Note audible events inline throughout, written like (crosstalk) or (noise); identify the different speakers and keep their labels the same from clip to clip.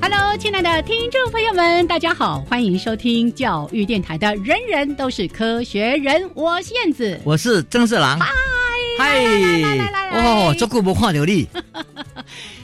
Speaker 1: Hello，亲爱的听众朋友们，大家好，欢迎收听教育电台的《人人都是科学人》，我是燕子。
Speaker 2: 我是曾志郎，嗨
Speaker 1: 来来来，来
Speaker 2: 哦，这久没看到你，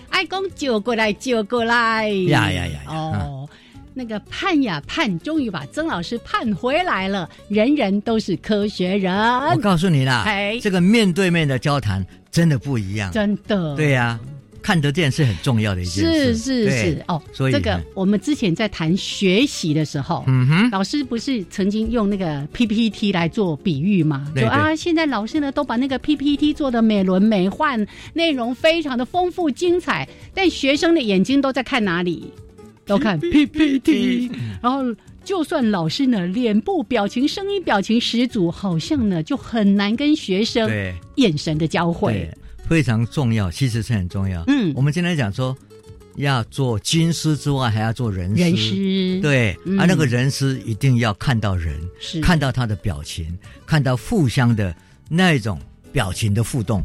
Speaker 1: 爱公救过来，救过来！
Speaker 2: 呀呀啊呀呀
Speaker 1: 哦，那个盼呀盼，终于把曾老师盼回来了。人人都是科学人，
Speaker 2: 我告诉你
Speaker 1: 啊
Speaker 2: 啦
Speaker 1: 哎，
Speaker 2: 这个面对面的交谈真的不一样。
Speaker 1: 真的。
Speaker 2: 对呀、看得见是很重要的一件
Speaker 1: 是
Speaker 2: 事。
Speaker 1: 是
Speaker 2: 对
Speaker 1: 是哦，
Speaker 2: 所以
Speaker 1: 这个
Speaker 2: 呢
Speaker 1: 我们之前在谈学习的时候，
Speaker 2: 嗯哼，
Speaker 1: 老师不是曾经用那个 PPT 来做比喻嘛？
Speaker 2: 对
Speaker 1: 就
Speaker 2: 对
Speaker 1: 啊，现在老师呢都把那个 PPT 做的美轮美奂，内容非常的丰富精彩，但学生的眼睛都在看哪里？都看 PPT，然后就算老师呢脸部表情、声音表情十足，好像呢就很难跟学生
Speaker 2: 对
Speaker 1: 眼神的交汇
Speaker 2: 对。，非常重要，其实是很重要。
Speaker 1: 嗯
Speaker 2: 我们今天讲说，要做军师之外，还要做人师。
Speaker 1: 人师
Speaker 2: 对，啊
Speaker 1: 嗯
Speaker 2: 而那个人师一定要看到人，
Speaker 1: 是
Speaker 2: 看到他的表情，看到互相的那种表情的互动。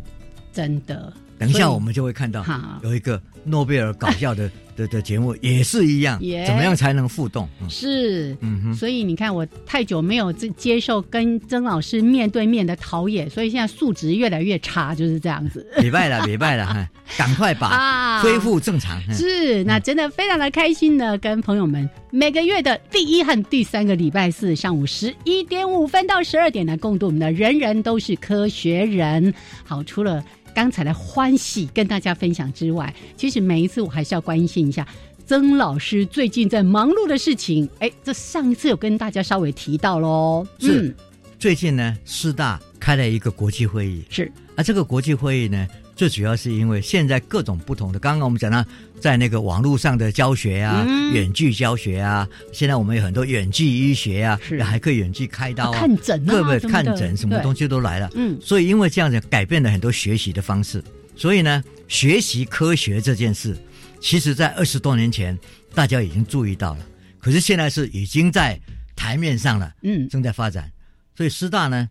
Speaker 1: 真的，
Speaker 2: 等一
Speaker 1: 所
Speaker 2: 下，
Speaker 1: 以
Speaker 2: 我们啊就会看到
Speaker 1: 好
Speaker 2: 有一个诺贝尔搞笑
Speaker 1: (laughs)
Speaker 2: 的的的节目，也是一样
Speaker 1: 耶，
Speaker 2: 怎么样才能互动？嗯
Speaker 1: 是
Speaker 2: 嗯哼，
Speaker 1: 所以你看，我太久没有接接受跟曾老师面对面的陶冶，所以现在素质越来越差，就是这样子
Speaker 2: 嗯礼
Speaker 1: (laughs)
Speaker 2: 拜了，礼拜了，哈，赶快把
Speaker 1: 啊
Speaker 2: 恢复正常。嗯
Speaker 1: 是，那真的非常的开心呢，跟朋友们每个月的第一和第三个礼拜四上午十一点五分到十二点呢，共度我们的“人人都是科学人”。好，除了刚才的欢喜跟大家分享之外，其实每一次我还是要关心一下。曾老师最近在忙碌的事情，哎，这上一次有跟大家稍微提到喽，
Speaker 2: 是
Speaker 1: 嗯、
Speaker 2: 最近呢，师大开了一个国际会议，
Speaker 1: 是
Speaker 2: 啊，这个国际会议呢，最主要是因为现在各种不同的，刚刚我们讲到在那个网络上的教学啊，
Speaker 1: 嗯
Speaker 2: 远距教学啊，现在我们有很多远距医学啊，
Speaker 1: 是
Speaker 2: 还可以远距开刀啊，
Speaker 1: 看诊啊，
Speaker 2: 各个
Speaker 1: 什么
Speaker 2: 看
Speaker 1: 的
Speaker 2: 诊什么东
Speaker 1: 西，
Speaker 2: 西都来了。
Speaker 1: 嗯，
Speaker 2: 所以因为这样子改变了很多学习的方式，所以呢，学习科学这件事，其实在二十多年前大家已经注意到了，可是现在是已经在台面上了。
Speaker 1: 嗯，
Speaker 2: 正在发展，所以师大呢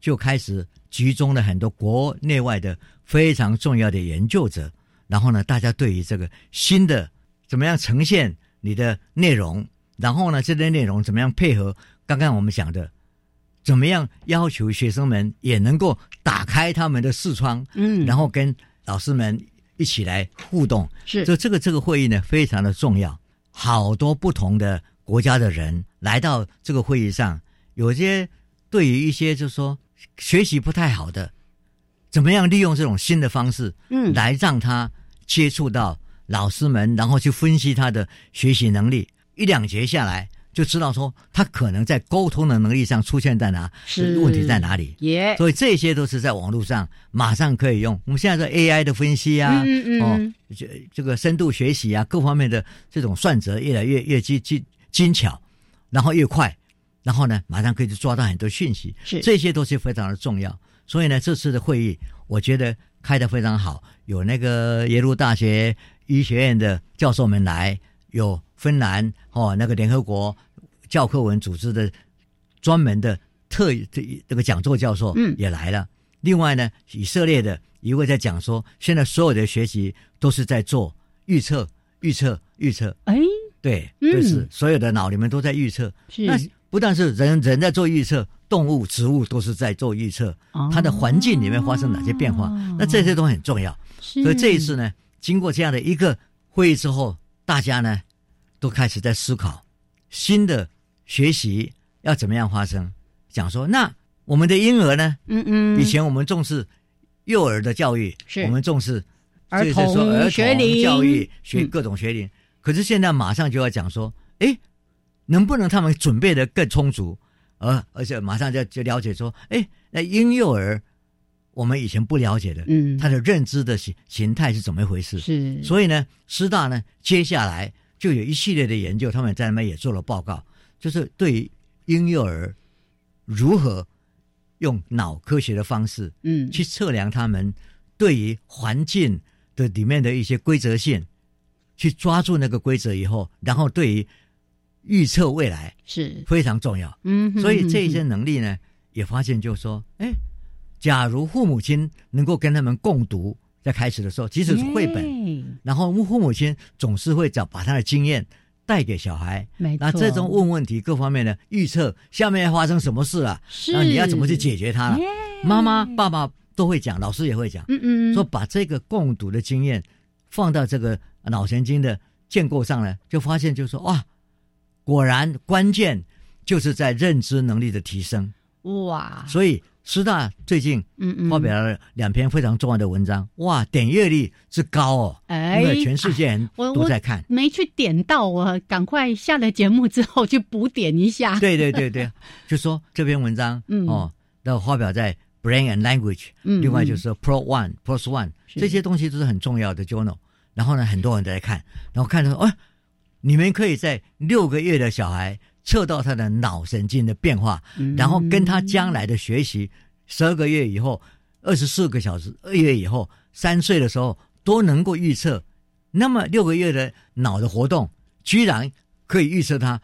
Speaker 2: 就开始集中了很多国内外的非常重要的研究者，然后呢，大家对于这个新的怎么样呈现你的内容，然后呢，这些内容怎么样配合刚刚我们讲的，怎么样要求学生们也能够打开他们的视窗，
Speaker 1: 嗯，
Speaker 2: 然
Speaker 1: 后
Speaker 2: 后跟老师们一起来互动，
Speaker 1: 是
Speaker 2: 就这个这个会议呢，非常的重要，好多不同的国家的人来到这个会议上，有些对于一些就是说学习不太好的，怎么样利用这种新的方式
Speaker 1: 嗯
Speaker 2: 来让他接触到老师们，然后去分析他的学习能力，一两节下来就知道说他可能在沟通的能力上出现在哪，
Speaker 1: 是
Speaker 2: 问题在哪里。
Speaker 1: 耶，
Speaker 2: 所以这些都是在网络上马上可以用。我们现在说 AI 的分析啊，
Speaker 1: 嗯嗯嗯
Speaker 2: 哦，这这个深度学习啊，各方面的这种算则越来越越精精精巧，然后越快，然后呢，马上可以去抓到很多讯息，
Speaker 1: 是
Speaker 2: 这些都是非常的重要。所以呢，这次的会议我觉得开得非常好，有那个耶鲁大学医学院的教授们来，有芬兰哦那个联合国教科文组织的专门的特这这个讲座教授
Speaker 1: 嗯
Speaker 2: 也来了。另外呢，以色列的一位在讲说，现在所有的学习都是在做预测、预测、预测，
Speaker 1: 哎，
Speaker 2: 对，
Speaker 1: 嗯
Speaker 2: 就是所有的脑里面都在预测。
Speaker 1: 是
Speaker 2: 那不但是人人在做预测，动物、植物都是在做预测，
Speaker 1: 哦
Speaker 2: 它的环境里面发生哪些变化，
Speaker 1: 嗯
Speaker 2: 那这些都很重要。
Speaker 1: 所
Speaker 2: 所以这一次呢，经过这样的一个会议之后，大家呢都开始在思考新的学习要怎么样发生，讲说那我们的婴儿呢？
Speaker 1: 嗯嗯，
Speaker 2: 以前我们重视幼儿的教育，
Speaker 1: 是
Speaker 2: 我们重视
Speaker 1: 儿
Speaker 2: 就是说
Speaker 1: 童
Speaker 2: 儿
Speaker 1: 学龄
Speaker 2: 童教育学
Speaker 1: 嗯
Speaker 2: 各种学龄，可是现在马上就要讲说，哎，能不能他们准备的更充足，而而且马上就就了解说，哎，那婴幼儿我们以前不了解的，
Speaker 1: 嗯，
Speaker 2: 他的认知的形形态是怎么一回事？
Speaker 1: 是，
Speaker 2: 所以呢，师大呢接下来就有一系列的研究，他们在那边也做了报告，就是对于婴幼儿如何用脑科学的方式
Speaker 1: 嗯，
Speaker 2: 去测量他们对于环境的里面的一些规则性，去抓住那个规则以后，然后对于预测未来
Speaker 1: 是，
Speaker 2: 非常重要。
Speaker 1: 嗯，
Speaker 2: 所以这一些
Speaker 1: 些
Speaker 2: 能力呢，也发现就说，哎，假如父母亲能够跟他们共读，在开始的时候，即使是绘本。
Speaker 1: 本，
Speaker 2: 然后父母亲总是会找把他的经验带给小孩。
Speaker 1: 没错，
Speaker 2: 那这种问问题各方面的预测，下面要发生什么事啊？
Speaker 1: 是，
Speaker 2: 那你要怎么去解决它了啊
Speaker 1: 耶？
Speaker 2: 妈妈、爸爸都会讲，老师也会讲，
Speaker 1: 嗯嗯，
Speaker 2: 说把这个共读的经验放到这个呃脑神经的建构上呢，就发现就说哇，果然关键就是在认知能力的提升。
Speaker 1: 哇，
Speaker 2: 所以师大最近
Speaker 1: 嗯嗯，
Speaker 2: 发表了两篇非常重要的文章，哇，点阅率之高哦，因
Speaker 1: 哎，
Speaker 2: 为全世界人
Speaker 1: 我
Speaker 2: 都在看。
Speaker 1: 没去点到，我赶快下了节目之后去补点一下。
Speaker 2: 对对对
Speaker 1: (laughs)
Speaker 2: 对，就说这篇文章、
Speaker 1: 嗯
Speaker 2: 哦，那发表在 Brain and Language，、
Speaker 1: 嗯
Speaker 2: 另外就是 Pro One、Pro One
Speaker 1: 是
Speaker 2: 这些东西都是很重要的 journal。然后呢，很多人都在看，然后看到哦，你们可以在六个月的小孩测到他的脑神经的变化，
Speaker 1: 嗯
Speaker 2: 然后跟他将来的学习，十二个月以后、二十四个小时二月以后、三岁的时候都能够预测。那么六个月的脑的活动，居然可以预测他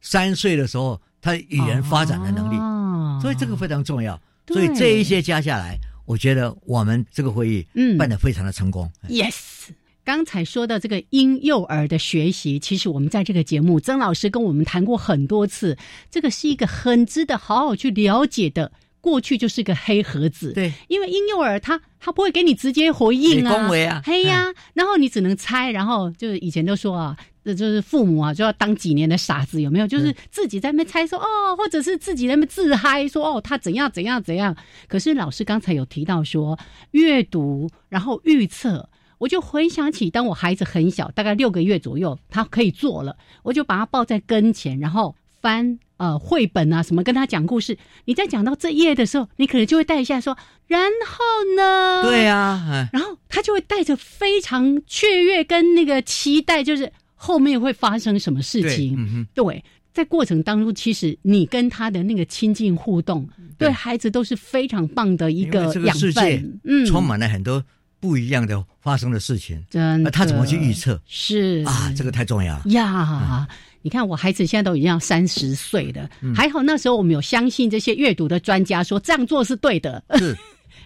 Speaker 2: 三岁的时候他语言发展的能力，
Speaker 1: 哦
Speaker 2: 所以这个非常重要。
Speaker 1: 对
Speaker 2: 所以这一些加下来，我觉得我们这个会议
Speaker 1: 嗯
Speaker 2: 办得非常的成功。
Speaker 1: Yes。刚才说到这个婴幼儿的学习，其实我们在这个节目，曾老师跟我们谈过很多次，这个是一个很值得好好去了解的。过去就是个黑盒子，
Speaker 2: 对，
Speaker 1: 因为婴幼儿他他不会给你直接回应啊，
Speaker 2: 你恭维啊
Speaker 1: 嘿呀、然后你只能猜，然后就是以前都说啊，这就是父母啊就要当几年的傻子，有没有？
Speaker 2: 嗯
Speaker 1: 就是自己在那边猜说哦，或者是自己在那边自嗨说哦他怎样怎样怎样。可是老师刚才有提到说阅读，然后预测。我就回想起，当我孩子很小，大概六个月左右，他可以做了，我就把他抱在跟前，然后翻呃绘本啊什么，跟他讲故事。你在讲到这页的时候，你可能就会带一下说，然后呢？
Speaker 2: 对啊，嗯，
Speaker 1: 然后他就会带着非常雀跃跟那个期待，就是后面会发生什么事
Speaker 2: 对，
Speaker 1: 情。
Speaker 2: 嗯哼，
Speaker 1: 对，在过程当中，其实你跟他的那个亲近互动，对
Speaker 2: 嗯对
Speaker 1: 孩子都是非常棒的一
Speaker 2: 因
Speaker 1: 个
Speaker 2: 为这个
Speaker 1: 养
Speaker 2: 世界
Speaker 1: 分。嗯，
Speaker 2: 充满了很多不一样的发生的事情，
Speaker 1: 真的，
Speaker 2: 啊那他怎么去预测
Speaker 1: 是
Speaker 2: 啊？这个太重要
Speaker 1: (laughs)
Speaker 2: 了。
Speaker 1: 呀。你看，我孩子现在都已经要三十岁了，
Speaker 2: 嗯
Speaker 1: 还好那时候我们有相信这些阅读的专家说这样做是对的，
Speaker 2: 是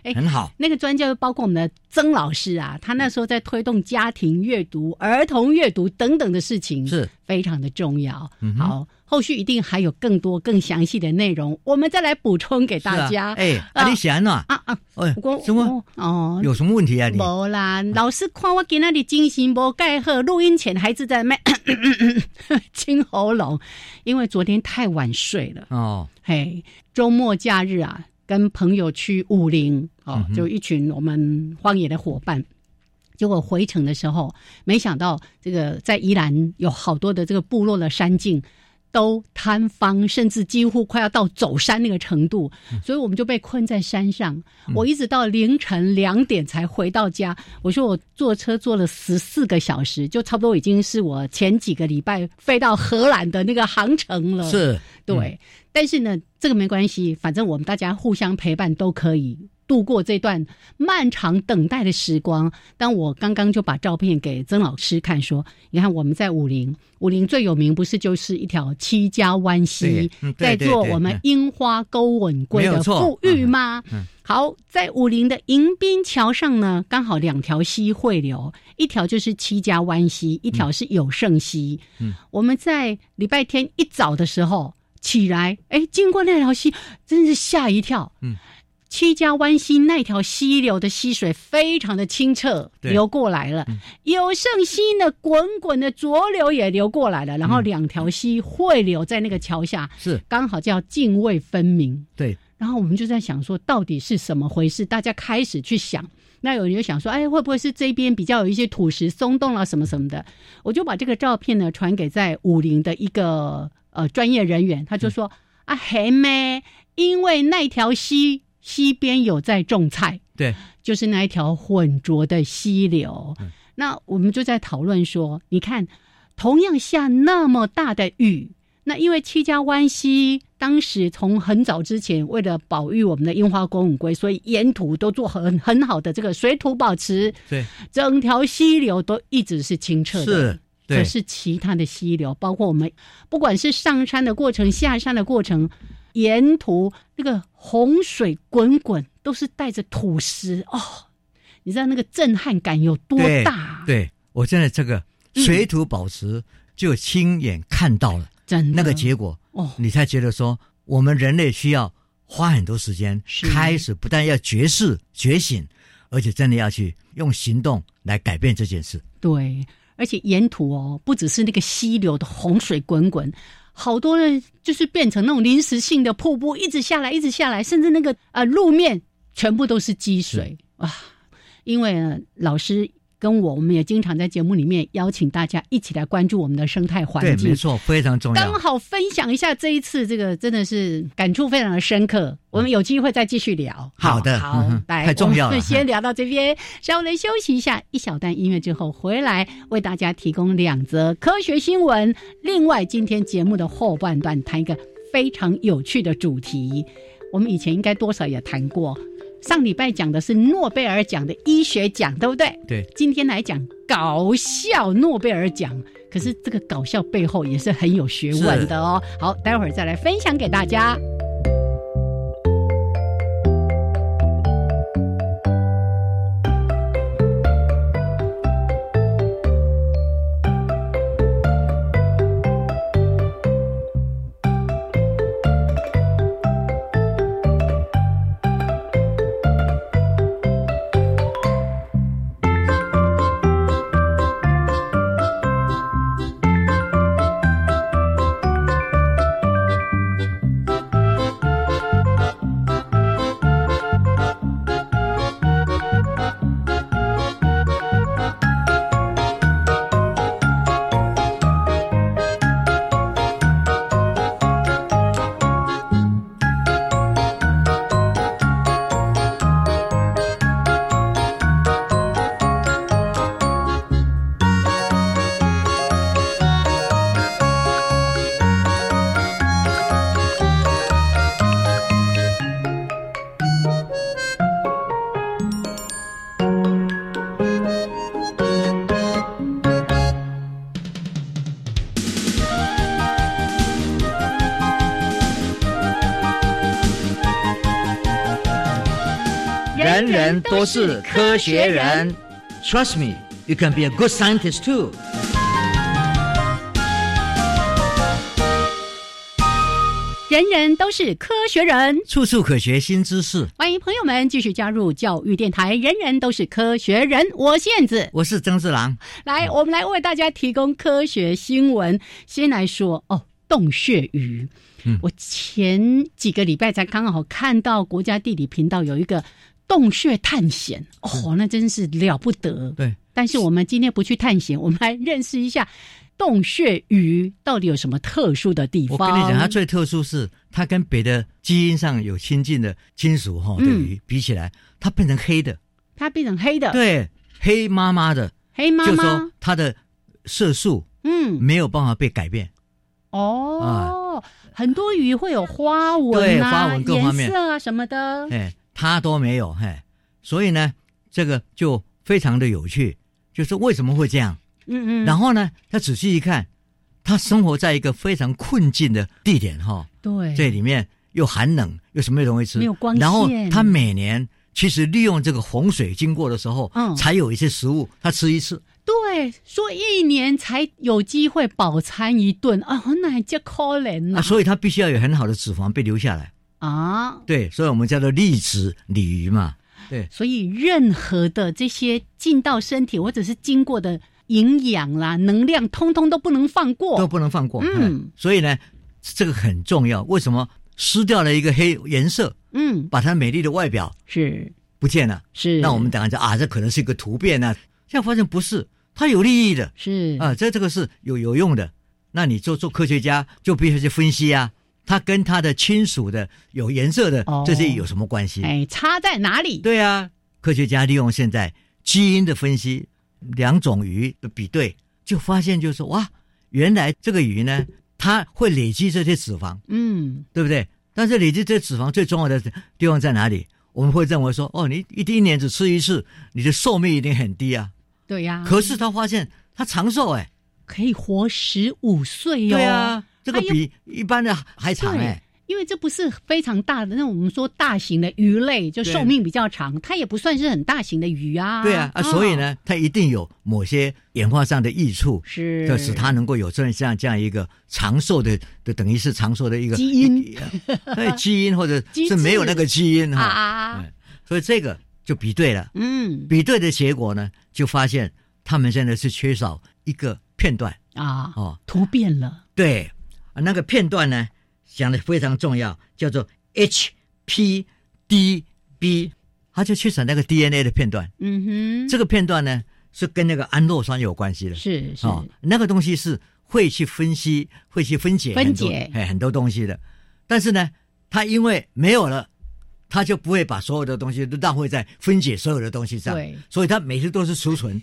Speaker 1: 哎，
Speaker 2: 很好。
Speaker 1: 那个专家就包括我们的曾老师啊，他那时候在推动家庭阅读、儿童阅读等等的事情，
Speaker 2: 是嗯
Speaker 1: 非常的重要。好，后续一定还有更多更详细的内容，我们再来补充给大
Speaker 2: 是
Speaker 1: 家。
Speaker 2: 啊哎，啊，你想哪？
Speaker 1: 啊啊，
Speaker 2: 哎
Speaker 1: 不过，
Speaker 2: 什么？
Speaker 1: 我哦。
Speaker 2: 有什么问题啊？你
Speaker 1: 无啦，老师看我今仔日精神无盖好，录音前还是在那边 (coughs) 清喉咙，因为昨天太晚睡了。
Speaker 2: 哦，
Speaker 1: 嘿，周末假日啊，跟朋友去武陵哦
Speaker 2: 嗯，哼
Speaker 1: 就一群我们荒野的伙伴。结果回程的时候，没想到这个在宜兰有好多的这个部落的山径都坍方，甚至几乎快要到走山那个程度，
Speaker 2: 嗯
Speaker 1: 所以我们就被困在山上。我一直到凌晨两点才回到家。我说我坐车坐了十四个小时，就差不多已经是我前几个礼拜飞到荷兰的那个航程了。
Speaker 2: 是
Speaker 1: 对，但是呢，这个没关系，反正我们大家互相陪伴都可以度过这段漫长等待的时光。但我刚刚就把照片给曾老师看，说，你看我们在武陵，武陵最有名不是就是一条七家湾溪
Speaker 2: 对，嗯对
Speaker 1: 在
Speaker 2: 对
Speaker 1: 做
Speaker 2: 对
Speaker 1: 我们
Speaker 2: 嗯
Speaker 1: 樱花勾吻龟
Speaker 2: 没有
Speaker 1: 的
Speaker 2: 错
Speaker 1: 富裕吗？
Speaker 2: 嗯嗯
Speaker 1: 好，在武陵的迎宾桥上呢，刚好两条溪汇流，一条就是七家湾溪，一条是有胜溪。
Speaker 2: 嗯，
Speaker 1: 我们在礼拜天一早的时候起来，哎，经过那条溪，真是吓一跳。
Speaker 2: 嗯，
Speaker 1: 七家湾溪那条溪流的溪水非常的清澈，
Speaker 2: 对嗯
Speaker 1: 流过来了。有胜溪呢，滚滚的浊流也流过来了，然
Speaker 2: 嗯
Speaker 1: 后两条溪汇流在那个桥下，
Speaker 2: 是
Speaker 1: 刚好叫泾渭分明。
Speaker 2: 对，
Speaker 1: 然后我们就在想说，到底是什么回事？大家开始去想。那有人就想说，哎，会不会是这边比较有一些土石松动啊了什么什么的？我就把这个照片呢传给在武林的一个呃专业人员，他就说、啊，嘿咩，因为那条溪溪边有在种菜，
Speaker 2: 对，
Speaker 1: 就是那一条浑浊的溪流。那我们就在讨论说，你看，同样下那么大的雨，那因为七家湾溪当时从很早之前，为了保育我们的樱花公母龟，所以沿途都做很很好的这个水土保持，
Speaker 2: 对，
Speaker 1: 整条溪流都一直是清澈的。
Speaker 2: 是，
Speaker 1: 可
Speaker 2: 对，
Speaker 1: 是其他的溪流，包括我们不管是上山的过程、下山的过程，沿途那个洪水滚滚，都是带着土石哦，你知道那个震撼感有多
Speaker 2: 对
Speaker 1: 大、啊？，嗯
Speaker 2: 对我真的这个水土保持就亲眼看到了
Speaker 1: 真的
Speaker 2: 那个结果，
Speaker 1: 哦，
Speaker 2: 你才觉得说我们人类需要花很多时间
Speaker 1: 是
Speaker 2: 开始，不但要觉示觉醒，而且真的要去用行动来改变这件事。
Speaker 1: 对，而且沿途哦，不只是那个溪流的洪水滚滚，好多人就是变成那种临时性的瀑布，一直下来，一直下来，甚至那个呃路面全部都是积水啊！因为呢老师跟我，我们也经常在节目里面邀请大家一起来关注我们的生态环
Speaker 2: 对，
Speaker 1: 境
Speaker 2: 没。错，非常重
Speaker 1: 刚
Speaker 2: 要。
Speaker 1: 好分享一下这一次这个真的是感触非常的深刻，我们有机会再继续聊。
Speaker 2: 好的
Speaker 1: 好，
Speaker 2: 嗯哼
Speaker 1: 来，
Speaker 2: 太重要
Speaker 1: 我
Speaker 2: 了
Speaker 1: 们先聊到这边，稍微休息一下，一小段音乐之后回来为大家提供两则科学新闻。另外，今天节目的后半段谈一个非常有趣的主题，我们以前应该多少也谈过。上礼拜讲的是诺贝尔奖的医学奖，对不对？
Speaker 2: 对，
Speaker 1: 今天来讲搞笑诺贝尔奖，可是这个搞笑背后也是很有学问的哦。好，待会儿再来分享给大家。
Speaker 2: 人人都是科学人。Trust me, you can be a good scientist too.
Speaker 1: 人人都是科学人。
Speaker 2: 处处可学新知识。
Speaker 1: 欢迎朋友们继续加入教育电台，人人都是科学人，我是燕子。
Speaker 2: 我是曾志郎，
Speaker 1: 来，我们来为大家提供科学新闻。先来说哦，洞穴鱼。
Speaker 2: 嗯
Speaker 1: 我前几个礼拜才刚好看到国家地理频道有一个洞穴探险，哦，那真是了不得。
Speaker 2: 嗯对，
Speaker 1: 但是我们今天不去探险，我们来认识一下洞穴鱼到底有什么特殊的地
Speaker 2: 我
Speaker 1: 方。
Speaker 2: 跟你讲，它最特殊是它跟别的基因上有亲近的亲属哈的
Speaker 1: 嗯
Speaker 2: 鱼比起来，它变成黑的，
Speaker 1: 它变成黑的，
Speaker 2: 对，黑麻麻的，
Speaker 1: 黑妈
Speaker 2: 就是
Speaker 1: 妈
Speaker 2: 说，它的色素
Speaker 1: 嗯，
Speaker 2: 没有办法被改变，
Speaker 1: 哦，很多鱼会有花
Speaker 2: 对
Speaker 1: 纹啊、
Speaker 2: 花纹各方面
Speaker 1: 颜色啊什么的，
Speaker 2: 哎，它都没有，嘿，所以呢，这个就非常的有趣，就是为什么会这样？
Speaker 1: 嗯嗯，
Speaker 2: 然后呢，他仔细一看，他生活在一个非常困境的地点哈，
Speaker 1: 对
Speaker 2: 这里面又寒冷，又什么也容易吃，
Speaker 1: 哎没有光线
Speaker 2: 然后他每年其实利用这个洪水经过的时候，
Speaker 1: 嗯
Speaker 2: 才有一些食物他吃一次。
Speaker 1: 对，说一年才有机会饱餐一顿啊，哪叫可怜
Speaker 2: 啊，
Speaker 1: 呐
Speaker 2: 所以他必须要有很好的脂肪被留下来。
Speaker 1: 啊啊。
Speaker 2: 对，所以我们叫做粒子鲤鱼嘛。对，
Speaker 1: 所以，任何的这些进到身体或者是经过的营养啦、能量，通通都不能放
Speaker 2: 都
Speaker 1: 过。
Speaker 2: 不能放过。
Speaker 1: 哦嗯
Speaker 2: 哎所以呢，这个很重要。为什么失掉了一个黑颜色，
Speaker 1: 嗯，
Speaker 2: 把它美丽的外表
Speaker 1: 是
Speaker 2: 不见了？
Speaker 1: 是。
Speaker 2: 那我们等下就啊，这可能是一个突变啊。现在发现不是，它有利益的
Speaker 1: 是
Speaker 2: 啊，这这个是有有用的。那你做做科学家就必须去分析啊，它跟它的亲属的有颜色的
Speaker 1: 哦
Speaker 2: 这些有什么关系？
Speaker 1: 哎，差在哪里？
Speaker 2: 对啊，科学家利用现在基因的分析，两种鱼的比对，就发现就是说哇，原来这个鱼呢，它会累积这些脂肪，
Speaker 1: 嗯，
Speaker 2: 对不对？但是累积这脂肪最重要的地方在哪里？我们会认为说，哦，你一一年只吃一次，你的寿命一定很低啊。
Speaker 1: 对呀、
Speaker 2: 可是他发现他长寿哎、
Speaker 1: 可以活十五岁哟、
Speaker 2: 对啊，这个
Speaker 1: 哎呦
Speaker 2: 比一般的还长哎、
Speaker 1: 对，因为这不是非常大的，那我们说大型的鱼类就
Speaker 2: 对
Speaker 1: 寿命比较长，它也不算是很大型的鱼啊。
Speaker 2: 对啊啊，所以，呢，它一定有某些演化上的益处。
Speaker 1: 啊是
Speaker 2: 这使它能够有这样这样这样一个长寿的的等于是长寿的一个
Speaker 1: 基因
Speaker 2: 一，哎基因
Speaker 1: (laughs)
Speaker 2: 或者
Speaker 1: 机
Speaker 2: 是
Speaker 1: 制
Speaker 2: 没有那个基因
Speaker 1: 啊
Speaker 2: 哈、
Speaker 1: 啊，
Speaker 2: 哎所以这个就比对了，
Speaker 1: 嗯
Speaker 2: 比对的结果呢，就发现他们现在是缺少一个片段
Speaker 1: 啊，
Speaker 2: 哦，
Speaker 1: 突变了，
Speaker 2: 对，啊那个片段呢讲的非常重要，叫做 HPDB，它就缺少那个 DNA 的片段，
Speaker 1: 嗯哼，
Speaker 2: 这个片段呢是跟那个氨洛酸有关系的，
Speaker 1: 是是、
Speaker 2: 哦，那个东西是会去分析、会去分解
Speaker 1: 分
Speaker 2: 很多
Speaker 1: 解
Speaker 2: 哎很多东西的。但是呢，它因为没有了，它就不会把所有的东西都浪费在分解所有的东西上，
Speaker 1: 对，
Speaker 2: 所以它每次都是储
Speaker 1: (laughs)
Speaker 2: 存，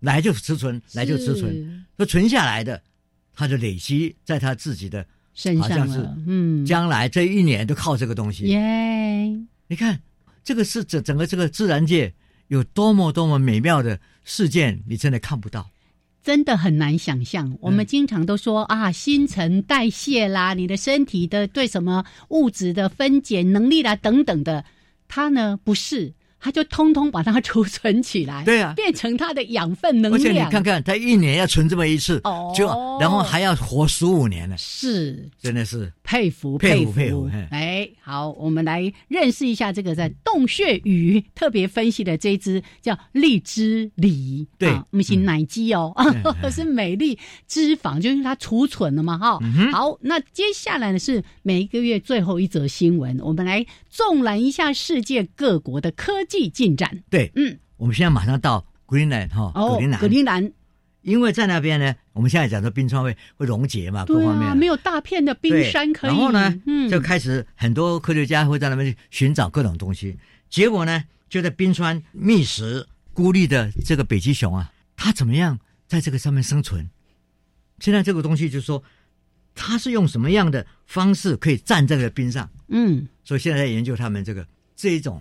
Speaker 2: 来就储存，来就储存，
Speaker 1: 是
Speaker 2: 那存下来的，它就累积在它自己的
Speaker 1: 身
Speaker 2: 好像
Speaker 1: 上
Speaker 2: 是
Speaker 1: 了，嗯，
Speaker 2: 将来这一年都靠这个东西。
Speaker 1: 耶，
Speaker 2: 你看，这个是整整个这个自然界有多么多么美妙的事件，你真的看不到。
Speaker 1: 真的很难想
Speaker 2: 嗯
Speaker 1: 象。我们经常都说、啊，新陈代谢啦，你的身体的对什么物质的分解能力啦等等的，它呢不是，它就通通把它储存起来，
Speaker 2: 对啊
Speaker 1: 变成它的养分哎能
Speaker 2: 而且你
Speaker 1: 量。
Speaker 2: 看看，他一年要存这么一次，
Speaker 1: 哦
Speaker 2: 就然后还要活十五年呢，
Speaker 1: 是
Speaker 2: 真的是
Speaker 1: 佩服
Speaker 2: 佩
Speaker 1: 服
Speaker 2: 服佩服嘿嗯
Speaker 1: 哎，好，我们来认识一下这个在洞穴鱼特别分析的这一只叫荔枝梨，
Speaker 2: 对嗯
Speaker 1: 啊不是奶鸡哦， (laughs) 是美丽脂肪，就是它储存了嘛哈。
Speaker 2: 嗯
Speaker 1: 好，那接下来呢是每一个月最后一则新闻，我们来纵览一下世界各国的科技进展。
Speaker 2: 对。
Speaker 1: 嗯，
Speaker 2: 我们现在马上到 Greenland 哈、
Speaker 1: 哦
Speaker 2: 格陵，
Speaker 1: 格
Speaker 2: 兰，
Speaker 1: 陵兰，
Speaker 2: 因为在那边呢，我们现在讲说冰川会会溶解嘛，各
Speaker 1: 对
Speaker 2: 方面
Speaker 1: 啊，
Speaker 2: 啊。
Speaker 1: 没有大片的冰
Speaker 2: 对
Speaker 1: 山可以。
Speaker 2: 然后呢，
Speaker 1: 嗯，
Speaker 2: 就开始很多科学家会在那边去寻找各种东西。结果呢，就在冰川觅食孤立的这个北极熊啊，它怎么样在这个上面生存？现在这个东西就是说，它是用什么样的方式可以站在这个冰上？
Speaker 1: 嗯，
Speaker 2: 所以现在在研究他们这个这一种，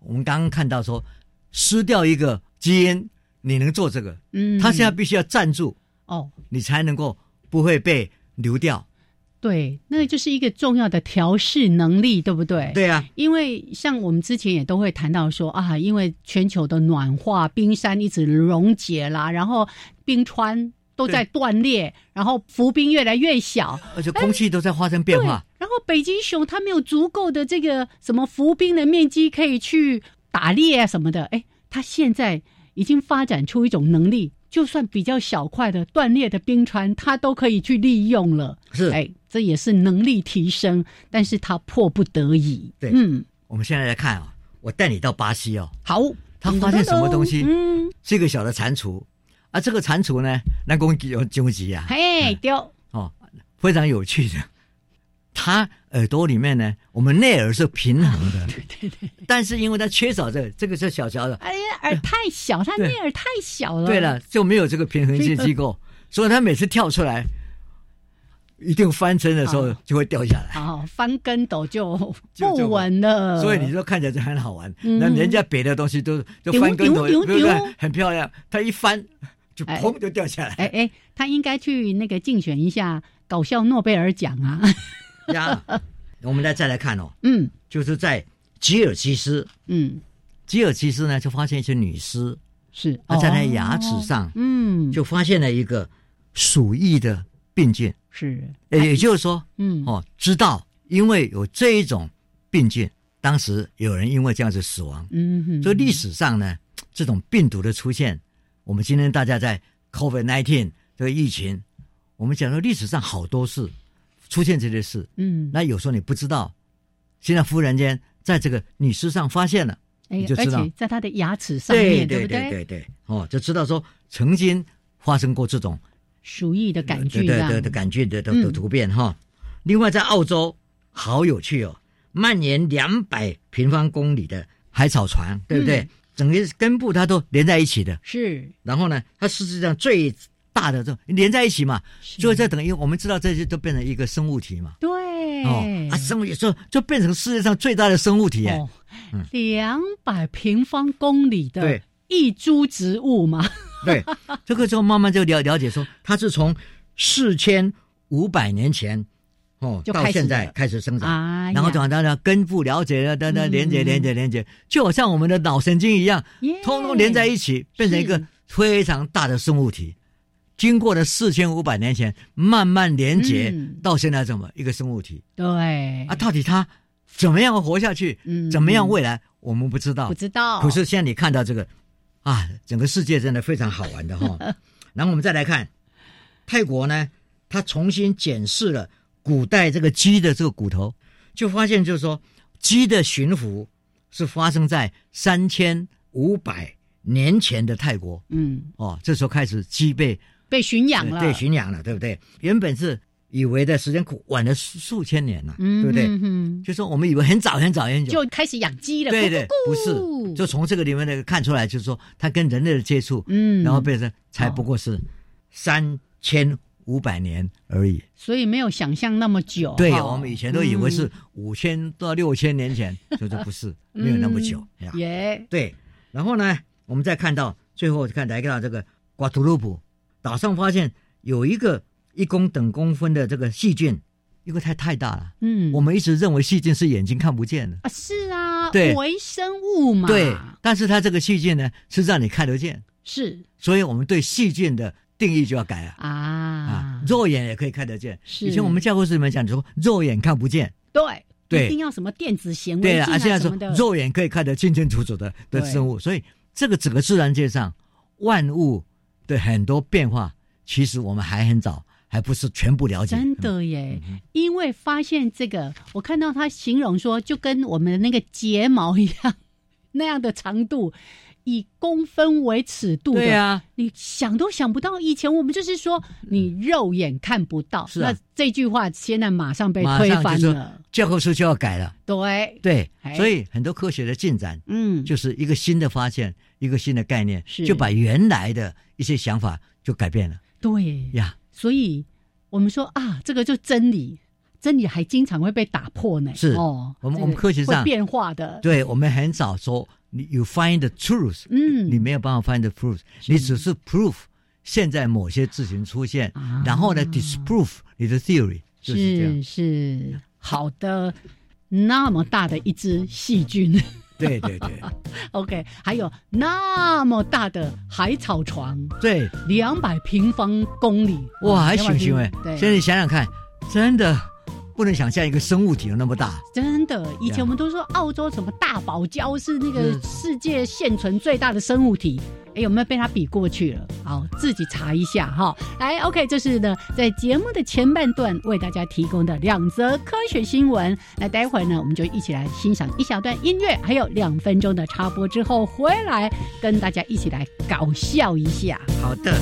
Speaker 2: 我们刚刚看到说，失掉一个基因，你能做这个，
Speaker 1: 嗯，
Speaker 2: 他现在必须要站住，
Speaker 1: 哦，
Speaker 2: 你才能够不会被流掉。
Speaker 1: 对，那就是一个重要的调试能力，对不对？。
Speaker 2: 对啊，
Speaker 1: 因为像我们之前也都会谈到说啊，因为全球的暖化，冰山一直溶解啦，然后冰川都在断裂，然后浮冰越来越小，
Speaker 2: 而且空气都在发生变
Speaker 1: 对。
Speaker 2: 化，
Speaker 1: 然后北极熊它没有足够的这个什么浮冰的面积可以去打猎啊什么的，哎，它现在已经发展出一种能力，就算比较小块的断裂的冰川，它都可以去利用了。
Speaker 2: 是。
Speaker 1: 哎，这也是能力提升，但是他迫不得已。
Speaker 2: 对
Speaker 1: 嗯，
Speaker 2: 我们现在来看啊，我带你到巴西哦，
Speaker 1: 好，
Speaker 2: 他发现什么东西
Speaker 1: 嗯，
Speaker 2: 是一个小的蟾蜍啊，这个蟾蜍呢，那公有究极啊，
Speaker 1: 嘿，丢，
Speaker 2: 哦，非常有趣的。它耳朵里面呢，我们内耳是平衡
Speaker 1: (laughs)
Speaker 2: 的，对对对。但是因为它缺少这个，这个是小小的，
Speaker 1: 哎呀，耳太小，他
Speaker 2: 对
Speaker 1: 内耳太小了。
Speaker 2: 对，了，就没有这个平衡性机
Speaker 1: (laughs)
Speaker 2: 构，所以它每次跳出来，一定翻身的时候
Speaker 1: 哦
Speaker 2: 就会掉下来。
Speaker 1: 哦，翻跟斗就
Speaker 2: 就
Speaker 1: 不稳了。
Speaker 2: 所以你说看起来就很好玩，
Speaker 1: 嗯
Speaker 2: 那、人家别的东西都都
Speaker 1: 丢
Speaker 2: 翻跟头，对
Speaker 1: 丢
Speaker 2: 不
Speaker 1: 丢
Speaker 2: 对
Speaker 1: 丢？
Speaker 2: 很漂亮，它一翻就
Speaker 1: 哎
Speaker 2: 砰就掉下来。
Speaker 1: (laughs) 哎哎，他应该去那个竞选一下搞笑诺贝尔奖啊。 (laughs)
Speaker 2: 呀，我们来再来看哦，
Speaker 1: 嗯
Speaker 2: 就是在吉尔吉斯，
Speaker 1: 嗯，
Speaker 2: 吉尔吉斯呢就发现一些女尸，
Speaker 1: 是。
Speaker 2: 她啊在她
Speaker 1: 哦
Speaker 2: 牙齿，上
Speaker 1: 嗯，
Speaker 2: 就发现了一个鼠疫的病菌，
Speaker 1: 是，哎
Speaker 2: 也就是说，
Speaker 1: 嗯，
Speaker 2: 哦，知道因为有这一种病菌，当时有人因为这样子死亡。
Speaker 1: 嗯哼，
Speaker 2: 所以历史上呢，这种病毒的出现，我们今天大家在 COVID nineteen 这个疫情，我们讲说历史上好多事出现这些事，
Speaker 1: 嗯，
Speaker 2: 那有时候你不知道，现在忽然间在这个女尸上发现了，
Speaker 1: 哎
Speaker 2: 你就
Speaker 1: 而
Speaker 2: 知道
Speaker 1: 且在他的牙齿上面，
Speaker 2: 对
Speaker 1: 不
Speaker 2: 对对对，哦，就知道说曾经发生过这种
Speaker 1: 鼠疫的啊杆
Speaker 2: 对
Speaker 1: 菌
Speaker 2: 对
Speaker 1: 这
Speaker 2: 对
Speaker 1: 样，
Speaker 2: 对对杆菌的的的
Speaker 1: 嗯
Speaker 2: 突变哈。另外，在澳洲，好有趣哦，蔓延两百平方公里的海草床，对不对？
Speaker 1: 嗯
Speaker 2: 整个根部它都连在一起的。
Speaker 1: 是，
Speaker 2: 然后呢，它事实上最大的这种连在一起嘛，
Speaker 1: 是
Speaker 2: 所以这等于我们知道这些都变成一个生物体嘛。
Speaker 1: 对
Speaker 2: 哦，啊，生物体就就变成世界上最大的生物体耶。
Speaker 1: 嗯哦
Speaker 2: 嗯，
Speaker 1: 两百平方公里的
Speaker 2: 对
Speaker 1: 一株植物嘛，
Speaker 2: (laughs) 对，这个时候慢慢就了了解说，它是从四千五百年前哦
Speaker 1: 就
Speaker 2: 到
Speaker 1: 开始
Speaker 2: 现在
Speaker 1: 了
Speaker 2: 开始生长。
Speaker 1: 啊，
Speaker 2: 然后长大了，根部了解了，等等，
Speaker 1: 嗯
Speaker 2: 连接、连接、连接，就好像我们的脑神经一样，通通连在
Speaker 1: 起，
Speaker 2: 一起，变成一个
Speaker 1: 是
Speaker 2: 非常大的生物体。经过了四千五百年前，慢慢连接、
Speaker 1: 嗯
Speaker 2: 到现在这么一个生物体
Speaker 1: 对
Speaker 2: 啊，，到底它怎么样活下去？
Speaker 1: 嗯
Speaker 2: 怎么样未来我们不知道
Speaker 1: 不。知道，
Speaker 2: 可是现在你看到这个啊，整个世界真的非常好玩的
Speaker 1: (laughs)
Speaker 2: 哈、然后我们再来看泰国呢，它重新检视了古代这个鸡的这个骨头，就发现就是说鸡的驯服是发生在三千五百年前的泰国
Speaker 1: 嗯，
Speaker 2: 哦，这时候开始鸡被
Speaker 1: 被驯养
Speaker 2: 呃
Speaker 1: 了，
Speaker 2: 对驯养了，对不对？原本是以为的时间晚了数数千年了、
Speaker 1: 嗯，
Speaker 2: 对不对？
Speaker 1: 嗯哼
Speaker 2: 就说我们以为很早很早很久，
Speaker 1: 就开始养鸡了，咕
Speaker 2: 对
Speaker 1: 咕
Speaker 2: 对，不
Speaker 1: 咕
Speaker 2: 是，就从这个里面那个看出来，就是说它跟人类的接触，
Speaker 1: 嗯，
Speaker 2: 然后变成才不过是三千五百年而已。
Speaker 1: 所以没有想象那么久，
Speaker 2: 对，
Speaker 1: 哦
Speaker 2: 我们以前都以为是五千到六千
Speaker 1: (laughs)
Speaker 2: 年前，就是不是
Speaker 1: 嗯
Speaker 2: 没有那么久哎呀
Speaker 1: 嗯。耶，
Speaker 2: 对，然后呢，我们再看到最后看来看到这个瓜图鲁普岛上发现有一个一公等公分的这个细菌，因为它太大了，
Speaker 1: 嗯，
Speaker 2: 我们一直认为细菌是眼睛看不见的。
Speaker 1: 啊是啊，
Speaker 2: 对
Speaker 1: 微生物嘛，
Speaker 2: 对，但是它这个细菌呢是让你看得见，
Speaker 1: 是
Speaker 2: 所以我们对细菌的定义就要改了啊
Speaker 1: 啊，，
Speaker 2: 肉眼也可以看得见。
Speaker 1: 是
Speaker 2: 以前我们教科书里面讲说肉眼看不见，
Speaker 1: 对。
Speaker 2: 对
Speaker 1: 一定要什么电子显微
Speaker 2: 对
Speaker 1: 镜
Speaker 2: 啊，现在
Speaker 1: 什
Speaker 2: 说
Speaker 1: 么的，
Speaker 2: 肉眼可以看得清清楚楚的的
Speaker 1: 对
Speaker 2: 生物，所以这个整个自然界上万物的很多变化，其实我们还很早，还不是全部了解。
Speaker 1: 真的
Speaker 2: 嗯
Speaker 1: 耶，因为发现这个，我看到他形容说，就跟我们的那个睫毛一样， (laughs) 那样的长度，以公分为尺度的。
Speaker 2: 对啊，
Speaker 1: 你想都想不到，以前我们就是说你肉眼看不到，
Speaker 2: 是啊
Speaker 1: 那这句话现在马上被
Speaker 2: 马
Speaker 1: 推
Speaker 2: 上就
Speaker 1: 翻
Speaker 2: 说
Speaker 1: 了。
Speaker 2: 教科书就要改了。
Speaker 1: 对，
Speaker 2: 对
Speaker 1: 哎，
Speaker 2: 所以很多科学的进展
Speaker 1: 嗯，
Speaker 2: 就是一个新的发现，一个新的概念
Speaker 1: 是，
Speaker 2: 就把原来的一些想法就改变了
Speaker 1: 对，
Speaker 2: 呀。
Speaker 1: 所以我们说啊，这个就真理，真理还经常会被打破呢。
Speaker 2: 是
Speaker 1: 哦，
Speaker 2: 我们
Speaker 1: 这个
Speaker 2: 我们科学上
Speaker 1: 会变化的，
Speaker 2: (laughs) 对我们很少说你 you find the truth，
Speaker 1: 嗯
Speaker 2: 你没有办法 find the proof，你只是 proof 现在某些事情出现，
Speaker 1: 啊
Speaker 2: 然后呢 disprove 你的 theory 就是这 (laughs)
Speaker 1: 是。
Speaker 2: 样
Speaker 1: 是好的，那么大的一只细菌 (laughs)
Speaker 2: 对对对
Speaker 1: ，OK，还有那么大的海草床，
Speaker 2: 对，
Speaker 1: 两百平方公里，
Speaker 2: 哇，
Speaker 1: 200
Speaker 2: 还行行
Speaker 1: 平
Speaker 2: 哎！
Speaker 1: 对，
Speaker 2: 现在你想想看，真的不能想象一个生物体有那么大。
Speaker 1: 真的，以前我们都说澳洲什么大堡礁是那个世界现存最大的生物体。哎，有没有被它比过去了？好，自己查一下哈。来，OK，这是呢，在节目的前半段为大家提供的两则科学新闻。那待会儿呢，我们就一起来欣赏一小段音乐，还有两分钟的插播之后回来，跟大家一起来搞笑一下。
Speaker 2: 好的。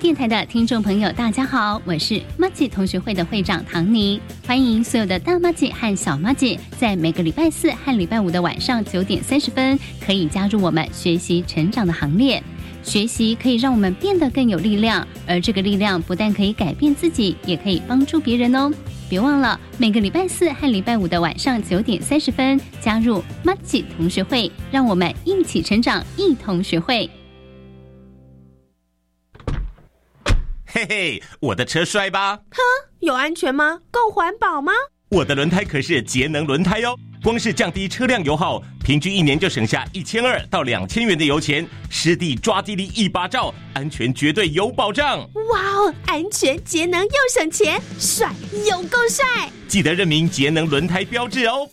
Speaker 3: 电台的听众朋友，大家好，我是妈吉同学会的会长唐尼，欢迎所有的大妈吉和小妈吉，在每个礼拜四和礼拜五的晚上九点三十分，可以加入我们学习成长的行列。学习可以让我们变得更有力量，而这个力量不但可以改变自己，也可以帮助别人哦。别忘了每个礼拜四和礼拜五的晚上九点三十分加入 m a g i 同学会，让我们一起成长，一同学会。
Speaker 4: 嘿嘿，我的车摔吧！
Speaker 5: 有安全吗？够环保吗？
Speaker 4: 我的轮胎可是节能轮胎哦，光是降低车辆油耗，平均一年就省下一千二到两千元的油钱。湿地抓地力一巴照，安全绝对有保障。
Speaker 5: 哇哦，安全节能又省钱，帅有够帅！
Speaker 4: 记得认明节能轮胎标志哦。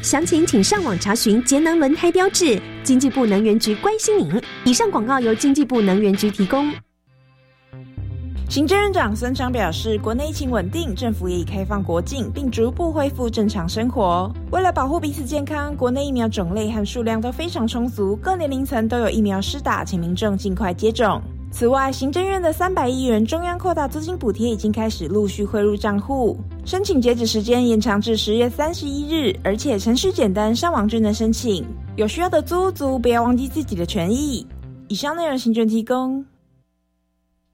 Speaker 5: 详情请上网查询节能轮胎标志。经济部能源局关心您。以上广告由经济部能源局提供。
Speaker 6: 行政院长孙昌表示，国内疫情稳定，政府也已开放国境，并逐步恢复正常生活。为了保护彼此健康，国内疫苗种类和数量都非常充足，各年龄层都有疫苗施打，请民众尽快接种。此外，行政院的三百亿元中央扩大租金补贴已经开始陆续汇入账户，申请截止时间延长至十月三十一日，而且程序简单，上网就能申请。有需要的租屋族，不要忘记自己的权益。以上内容，行政提供。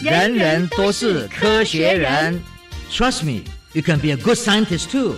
Speaker 2: 人人都是科学人。Trust me, you can be a good scientist too.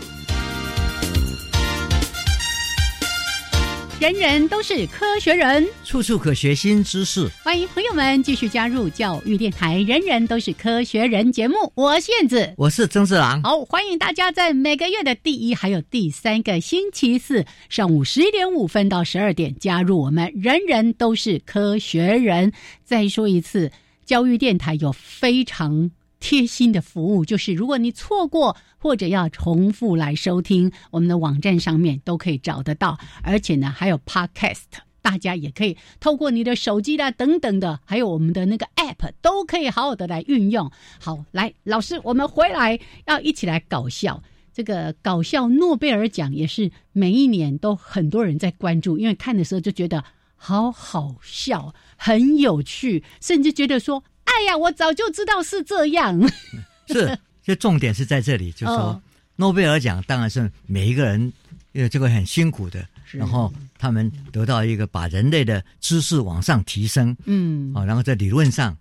Speaker 1: 人人都是科学人。
Speaker 2: 处处可学新知识。
Speaker 1: 欢迎朋友们继续加入教育电台《人人都是科学人》节目，我是燕子。
Speaker 2: 我是曾志郎。
Speaker 1: 好，欢迎大家在每个月的第一还有第三个星期四上午十一点五分到十二点加入我们“人人都是科学人”。再说一次，教育电台有非常贴心的服务，就是如果你错过或者要重复来收听，我们的网站上面都可以找得到，而且呢还有 Podcast。大家也可以透过你的手机啦等等的，还有我们的那个 App，都可以好好的来运用。好，来老师，我们回来要一起来搞笑。这个搞笑诺贝尔奖也是每一年都很多人在关注，因为看的时候就觉得好好笑，很有趣，甚至觉得说：“哎呀，我早就知道是这
Speaker 2: (laughs)
Speaker 1: 样。 (laughs)
Speaker 2: 是，这重点是在这里，就是说
Speaker 1: 哦
Speaker 2: 诺贝尔奖当然是每一个人，呃，这个很辛苦的，然后他们得到一个把人类的知识往上提升，”
Speaker 1: 嗯，
Speaker 2: 啊，然后在理论上，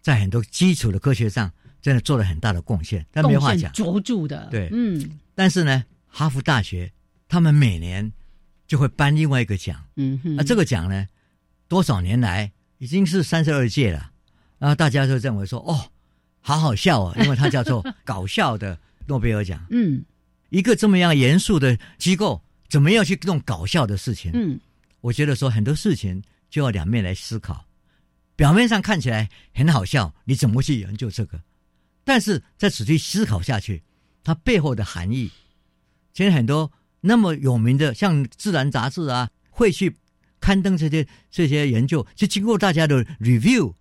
Speaker 2: 在很多基础的科学上，真的做了很大的贡献，但没话
Speaker 1: 嗯贡献
Speaker 2: 讲。
Speaker 1: 卓著的，
Speaker 2: 对
Speaker 1: 嗯
Speaker 2: 但是呢，哈佛大学他们每年就会颁另外一个奖，
Speaker 1: 嗯哼，
Speaker 2: 啊那、这个奖呢，多少年来已经是三十二届了，然后大家就认为说，哦，好好笑哦，因为它叫做搞笑的诺贝尔奖。
Speaker 1: 嗯
Speaker 2: 一个这么样严肃的机构，怎么样去弄搞笑的事情？
Speaker 1: 嗯
Speaker 2: 我觉得说很多事情就要两面来思考。表面上看起来很好笑，你怎么会去研究这个？但是再仔细思考下去，它背后的含义，其实很多那么有名的，像《自然》杂志啊，会去刊登这些这些研究，是经过大家的 review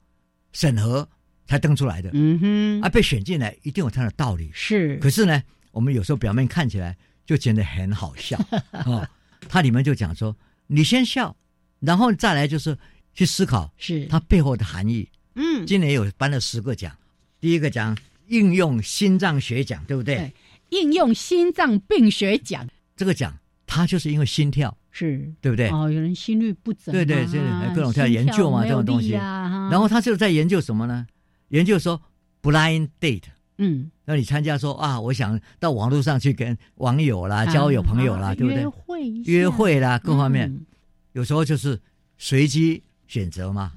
Speaker 2: 审核才登出来的，
Speaker 1: 嗯哼，
Speaker 2: 啊，被选进来一定有它的道理。
Speaker 1: 是
Speaker 2: 可是呢，我们有时候表面看起来就觉得很好笑
Speaker 1: (laughs)
Speaker 2: 哦。它里面就讲说，你先笑，然后再来就是去思考
Speaker 1: 是，
Speaker 2: 它背后的含义。
Speaker 1: 嗯
Speaker 2: 今年有颁了十个奖，第一个奖应用心脏学奖，对不对？
Speaker 1: 对应用心脏病学奖
Speaker 2: 这个奖它就是因为心跳，
Speaker 1: 是。
Speaker 2: 对不对？
Speaker 1: 哦，有人心律不整、啊，
Speaker 2: 对对对对各种在研究嘛
Speaker 1: 心跳没有
Speaker 2: 这种东西
Speaker 1: 力啊、哈
Speaker 2: 然后他就在研究什么呢？研究说 blind date。
Speaker 1: 嗯，
Speaker 2: 那你参加说啊，我想到网络上去跟网友啦、交友朋友啦，
Speaker 1: 啊
Speaker 2: 对不对
Speaker 1: 约？会一下
Speaker 2: 约会啦，各方面。
Speaker 1: 嗯
Speaker 2: 有时候就是随机选择嘛。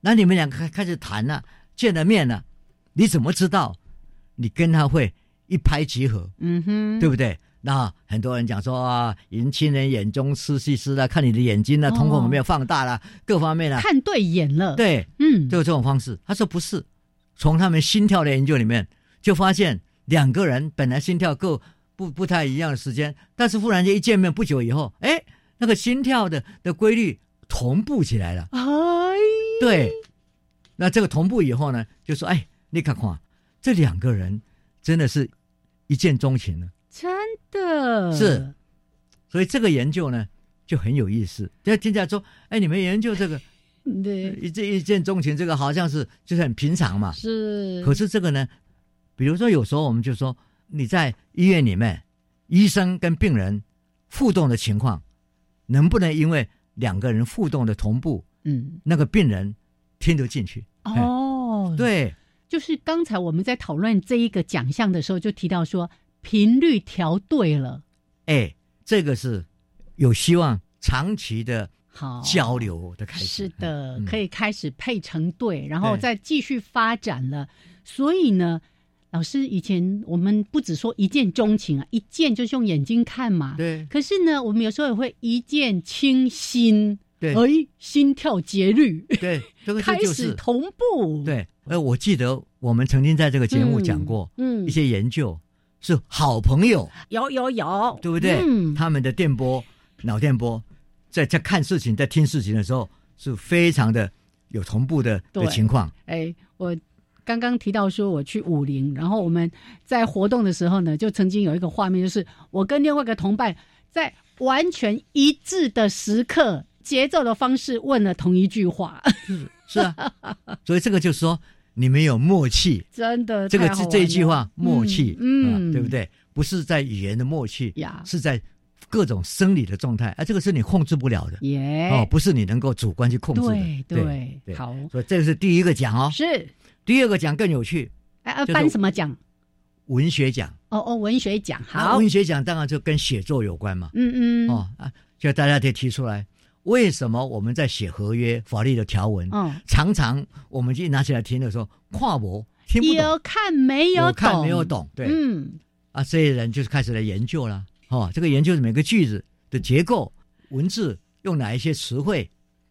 Speaker 2: 那你们两个开开始谈了、见了面了、你怎么知道你跟他会一拍即合，
Speaker 1: 嗯哼，
Speaker 2: 对不对？那很多人讲说啊，年轻人眼中吃细丝啊啦，看你的眼睛啦，
Speaker 1: 哦
Speaker 2: 瞳孔有没有放大啦，各方面啦，啊
Speaker 1: 看对眼了，，
Speaker 2: 对，
Speaker 1: 嗯，
Speaker 2: 就有这种方式。他说不是，从他们心跳的研究里面就发现，两个人本来心跳够不不太一样的时间，但是忽然间一见面不久以后，哎，那个心跳的的规律同步起来了。
Speaker 1: 哎，
Speaker 2: 对，那这个同步以后呢，就说哎，你看看这两个人真的是一见钟情了。
Speaker 1: 真的
Speaker 2: 是，所以这个研究呢就很有意思。就听起来说，哎，你们研究这个
Speaker 1: 对，
Speaker 2: 一见一见钟情，这个好像是就是很平常嘛。
Speaker 1: 是，
Speaker 2: 可是这个呢，比如说有时候我们就说你在医院里面，医生跟病人互动的情况，能不能因为两个人互动的同步，
Speaker 1: 嗯，
Speaker 2: 那个病人听得进去？哎，
Speaker 1: 哦，，
Speaker 2: 对，
Speaker 1: 就是刚才我们在讨论这一个奖项的时候，就提到说频率调对了，
Speaker 2: 哎，这个是有希望长期的
Speaker 1: 好，
Speaker 2: 交流的开始。
Speaker 1: 是的，
Speaker 2: 嗯
Speaker 1: 可以开始配成对，然后
Speaker 2: 对
Speaker 1: 再继续发展了。所以呢，老师以前我们不只说一见钟情啊，一见就是用眼睛看嘛。
Speaker 2: 对
Speaker 1: 可是呢，我们有时候也会一见倾心，
Speaker 2: 对
Speaker 1: 哎，心跳节律
Speaker 2: 对，这个这
Speaker 1: 开
Speaker 2: 就
Speaker 1: 始
Speaker 2: 是
Speaker 1: 同步，，
Speaker 2: 对。呃，我记得我们曾经在这个节目讲过
Speaker 1: 嗯，
Speaker 2: 一些研究，是好朋友。
Speaker 1: 有有有，
Speaker 2: 对不对？
Speaker 1: 嗯，
Speaker 2: 他们的电波、脑电波，在在看事情、在听事情的时候，是非常的有同步的
Speaker 1: 对
Speaker 2: 的情况。
Speaker 1: 哎，我刚刚提到说我去武陵，然后我们在活动的时候呢，就曾经有一个画面，就是我跟另外一个同伴在完全一致的时刻。节奏的方式问了同一句话， (laughs)
Speaker 2: 是啊，所以这个就是说，你们有默契，
Speaker 1: 真的
Speaker 2: 这个
Speaker 1: 太好
Speaker 2: 这
Speaker 1: 玩
Speaker 2: 这一句
Speaker 1: 了
Speaker 2: 话默契，
Speaker 1: 嗯嗯
Speaker 2: 啊对不对？不是在语言的默契，
Speaker 1: 呀
Speaker 2: 是在各种生理的状态，啊，这个是你控制不了的。
Speaker 1: 耶
Speaker 2: 哦，不是你能够主观去控制
Speaker 1: 对
Speaker 2: 的，
Speaker 1: 对
Speaker 2: 对
Speaker 1: 好
Speaker 2: 所以这是第一个奖哦。
Speaker 1: 是
Speaker 2: 第二个奖更有趣，
Speaker 1: 哎呃
Speaker 2: 就是
Speaker 1: 颁什么奖？
Speaker 2: 文学奖。
Speaker 1: 哦哦，文学奖
Speaker 2: 那
Speaker 1: 好，
Speaker 2: 啊文学奖当然就跟写作有关嘛。
Speaker 1: 嗯嗯
Speaker 2: 哦啊，就大家可以提出来，为什么我们在写合约法律的条文，
Speaker 1: 嗯，
Speaker 2: 常常我们一拿起来听的时候，跨博听不懂，
Speaker 1: 有看没有
Speaker 2: 有
Speaker 1: 懂？
Speaker 2: 看没有，懂，对、
Speaker 1: 嗯，
Speaker 2: 啊，这些人就是开始来研究了。哦，这个研究每个句子的结构、文字用哪一些词汇，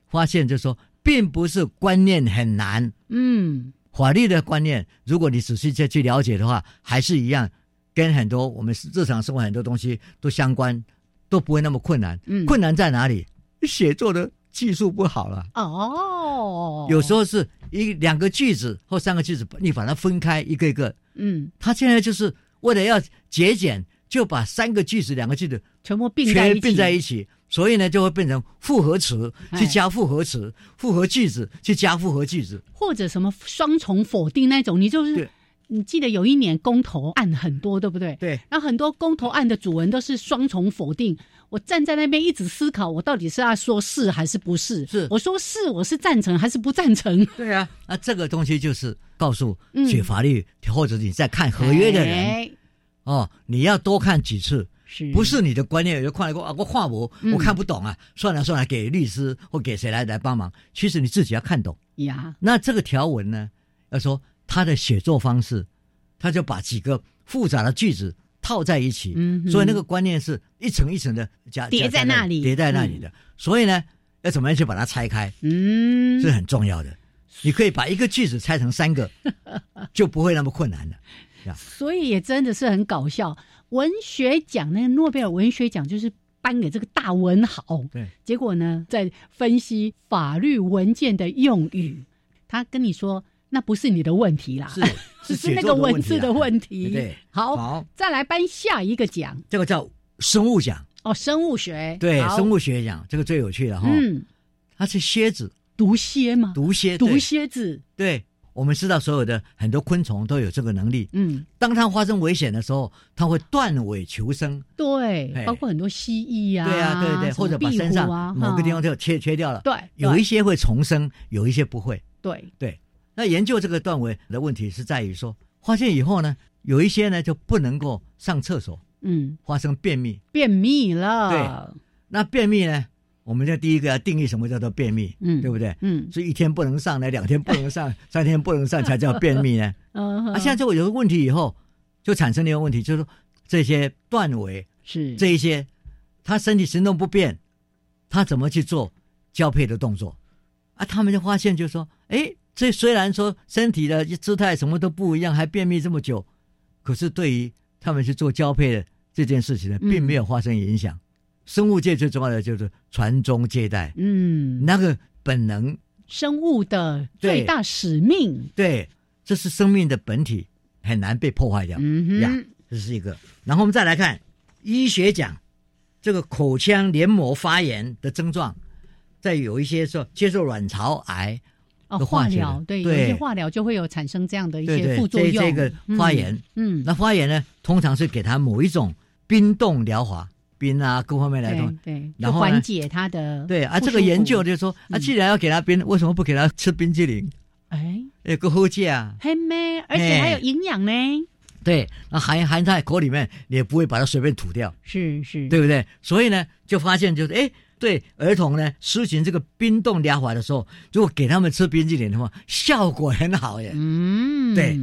Speaker 2: 发现就说，并不是观念很难，
Speaker 1: 嗯，
Speaker 2: 法律的观念，如果你仔细再去了解的话，还是一样，跟很多我们日常生活很多东西都相关，都不会那么困难。
Speaker 1: 嗯
Speaker 2: 困难在哪里？写作的技术不好了，
Speaker 1: 哦，
Speaker 2: 有时
Speaker 1: 候，
Speaker 2: 候是一两个句子或三个句子，你把它分开一个一个。
Speaker 1: 嗯，
Speaker 2: 他现在就是为了要节俭，就把三个句子、两个句子
Speaker 1: 全部并在一
Speaker 2: 全
Speaker 1: 起，哎
Speaker 2: 并在一起，所以呢，就会变成复合词，去加复合词，复合句子去加复合句子。
Speaker 1: 或者什么双重否定那种，你就是
Speaker 2: 对
Speaker 1: 你记得有一年公投案很多，对不对？
Speaker 2: 对，
Speaker 1: 然后很多公投案的主文都是双重否定。我站在那边一直思考，我到底是要说是还是不是？
Speaker 2: 是
Speaker 1: 我说是，我是赞成还是不赞成？
Speaker 2: 对啊，那这个东西就是告诉
Speaker 1: 嗯
Speaker 2: 学法律、或者你在看合约的人、
Speaker 1: 哎
Speaker 2: 哦，你要多看几次，
Speaker 1: 是
Speaker 2: 不是你的观念有看来过啊，我画我
Speaker 1: 嗯
Speaker 2: 我看不懂啊，算了算了，给律师或给谁来来帮忙。其实你自己要看懂。
Speaker 1: 呀？
Speaker 2: 那这个条文呢，要说他的写作方式，他就把几个复杂的句子套在一起，
Speaker 1: 嗯哼
Speaker 2: 所以那个观念是一层一层的加
Speaker 1: 叠
Speaker 2: 加
Speaker 1: 在那里
Speaker 2: 叠在那里的。所以呢，要怎么样去把它拆开？
Speaker 1: 嗯，
Speaker 2: 是很重要的。你可以把一个句子拆成三个，就不会那么困难了。
Speaker 1: 所以也真的是很搞笑。文学奖那个诺贝尔文学奖就是颁给这个大文豪，
Speaker 2: 对，
Speaker 1: 结果呢，在分析法律文件的用语，他跟你说那不是你的问题啦，只啊 (laughs) 是
Speaker 2: 写
Speaker 1: 那个
Speaker 2: 作的
Speaker 1: 文字
Speaker 2: 啦
Speaker 1: 的问题。
Speaker 2: 对，
Speaker 1: 好，
Speaker 2: 好，
Speaker 1: 再来颁下一个奖
Speaker 2: 这个叫生物奖，
Speaker 1: 哦，生物学，
Speaker 2: 对，
Speaker 1: 好
Speaker 2: 生物哦学奖，这个最有趣了哈。
Speaker 1: 嗯，
Speaker 2: 它是蝎子，
Speaker 1: 毒蝎吗？
Speaker 2: 毒蝎，
Speaker 1: 毒
Speaker 2: 对。
Speaker 1: 蝎子，
Speaker 2: 对，我们知道所有的很多昆虫都有这个能力。
Speaker 1: 嗯，
Speaker 2: 当它发生危险的时候，它会断尾求生。
Speaker 1: 对，
Speaker 2: 哎
Speaker 1: 包括很多蜥蜴啊，
Speaker 2: 对啊，对对，
Speaker 1: 什么
Speaker 2: 或者把
Speaker 1: 壁
Speaker 2: 身上
Speaker 1: 虎啊
Speaker 2: 某个地
Speaker 1: 哈
Speaker 2: 方就切切掉了。
Speaker 1: 对，
Speaker 2: 有
Speaker 1: 对
Speaker 2: 一些会重生，有一些不会。
Speaker 1: 对，
Speaker 2: 对，那研究这个断尾的问题是在于说，发现以后呢，有一些呢就不能够上厕所，
Speaker 1: 嗯，
Speaker 2: 发生便秘。
Speaker 1: 便秘了，
Speaker 2: 那便秘呢，我们就第一个要定义什么叫做便秘，
Speaker 1: 嗯
Speaker 2: 对不对？
Speaker 1: 嗯
Speaker 2: 所以一天不能上呢，两天不能上，三天不能上才叫便秘呢。
Speaker 1: 嗯哼，
Speaker 2: 啊，现在这个有个问题以后，就产生了一个问题，就是说这些断尾
Speaker 1: 是
Speaker 2: 这一些，他身体行动不便，他怎么去做交配的动作？啊，他们就发现就说，哎，这虽然说身体的姿态什么都不一样，还便秘这么久，可是对于他们去做交配的这件事情呢，
Speaker 1: 嗯
Speaker 2: 并没有发生影响。生物界最重要的就是传宗接代，
Speaker 1: 嗯，
Speaker 2: 那个本能，
Speaker 1: 生物的
Speaker 2: 对
Speaker 1: 最大使命，
Speaker 2: 对，这是生命的本体，很难被破坏掉。
Speaker 1: 嗯
Speaker 2: 呀
Speaker 1: 哼，
Speaker 2: 这是一个。然后我们再来看医学讲，这个口腔黏膜发炎的症状，在有一些说接受卵巢癌，
Speaker 1: 哦，
Speaker 2: 都
Speaker 1: 化
Speaker 2: 化学的
Speaker 1: 疗对，有
Speaker 2: 对
Speaker 1: 一些化疗就会有产生这样的一
Speaker 2: 对
Speaker 1: 些
Speaker 2: 对
Speaker 1: 副作
Speaker 2: 这
Speaker 1: 用，
Speaker 2: 这个发炎
Speaker 1: 嗯，嗯，
Speaker 2: 那发炎呢，通常是给他某一种冰冻疗法，冰啊各方面来
Speaker 1: 对
Speaker 2: 弄。
Speaker 1: 对，就
Speaker 2: 然后呢
Speaker 1: 缓解他的
Speaker 2: 对啊，
Speaker 1: 不
Speaker 2: 这个
Speaker 1: 舒
Speaker 2: 研究
Speaker 1: 服
Speaker 2: 就是说，啊，
Speaker 1: 嗯
Speaker 2: 既然要给他冰，为什么不给他吃冰激凌？
Speaker 1: 哎，
Speaker 2: 哎，够好吃啊！
Speaker 1: 很美，而且还有营养呢，
Speaker 2: 对，那含含在口里面，你也不会把它随便吐掉。
Speaker 1: 是是，
Speaker 2: 对不对？所以呢，就发现就是，哎，对儿童呢施行这个冰冻疗法的时候，如果给他们吃冰淇淋的话，效果很好耶。
Speaker 1: 嗯，
Speaker 2: 对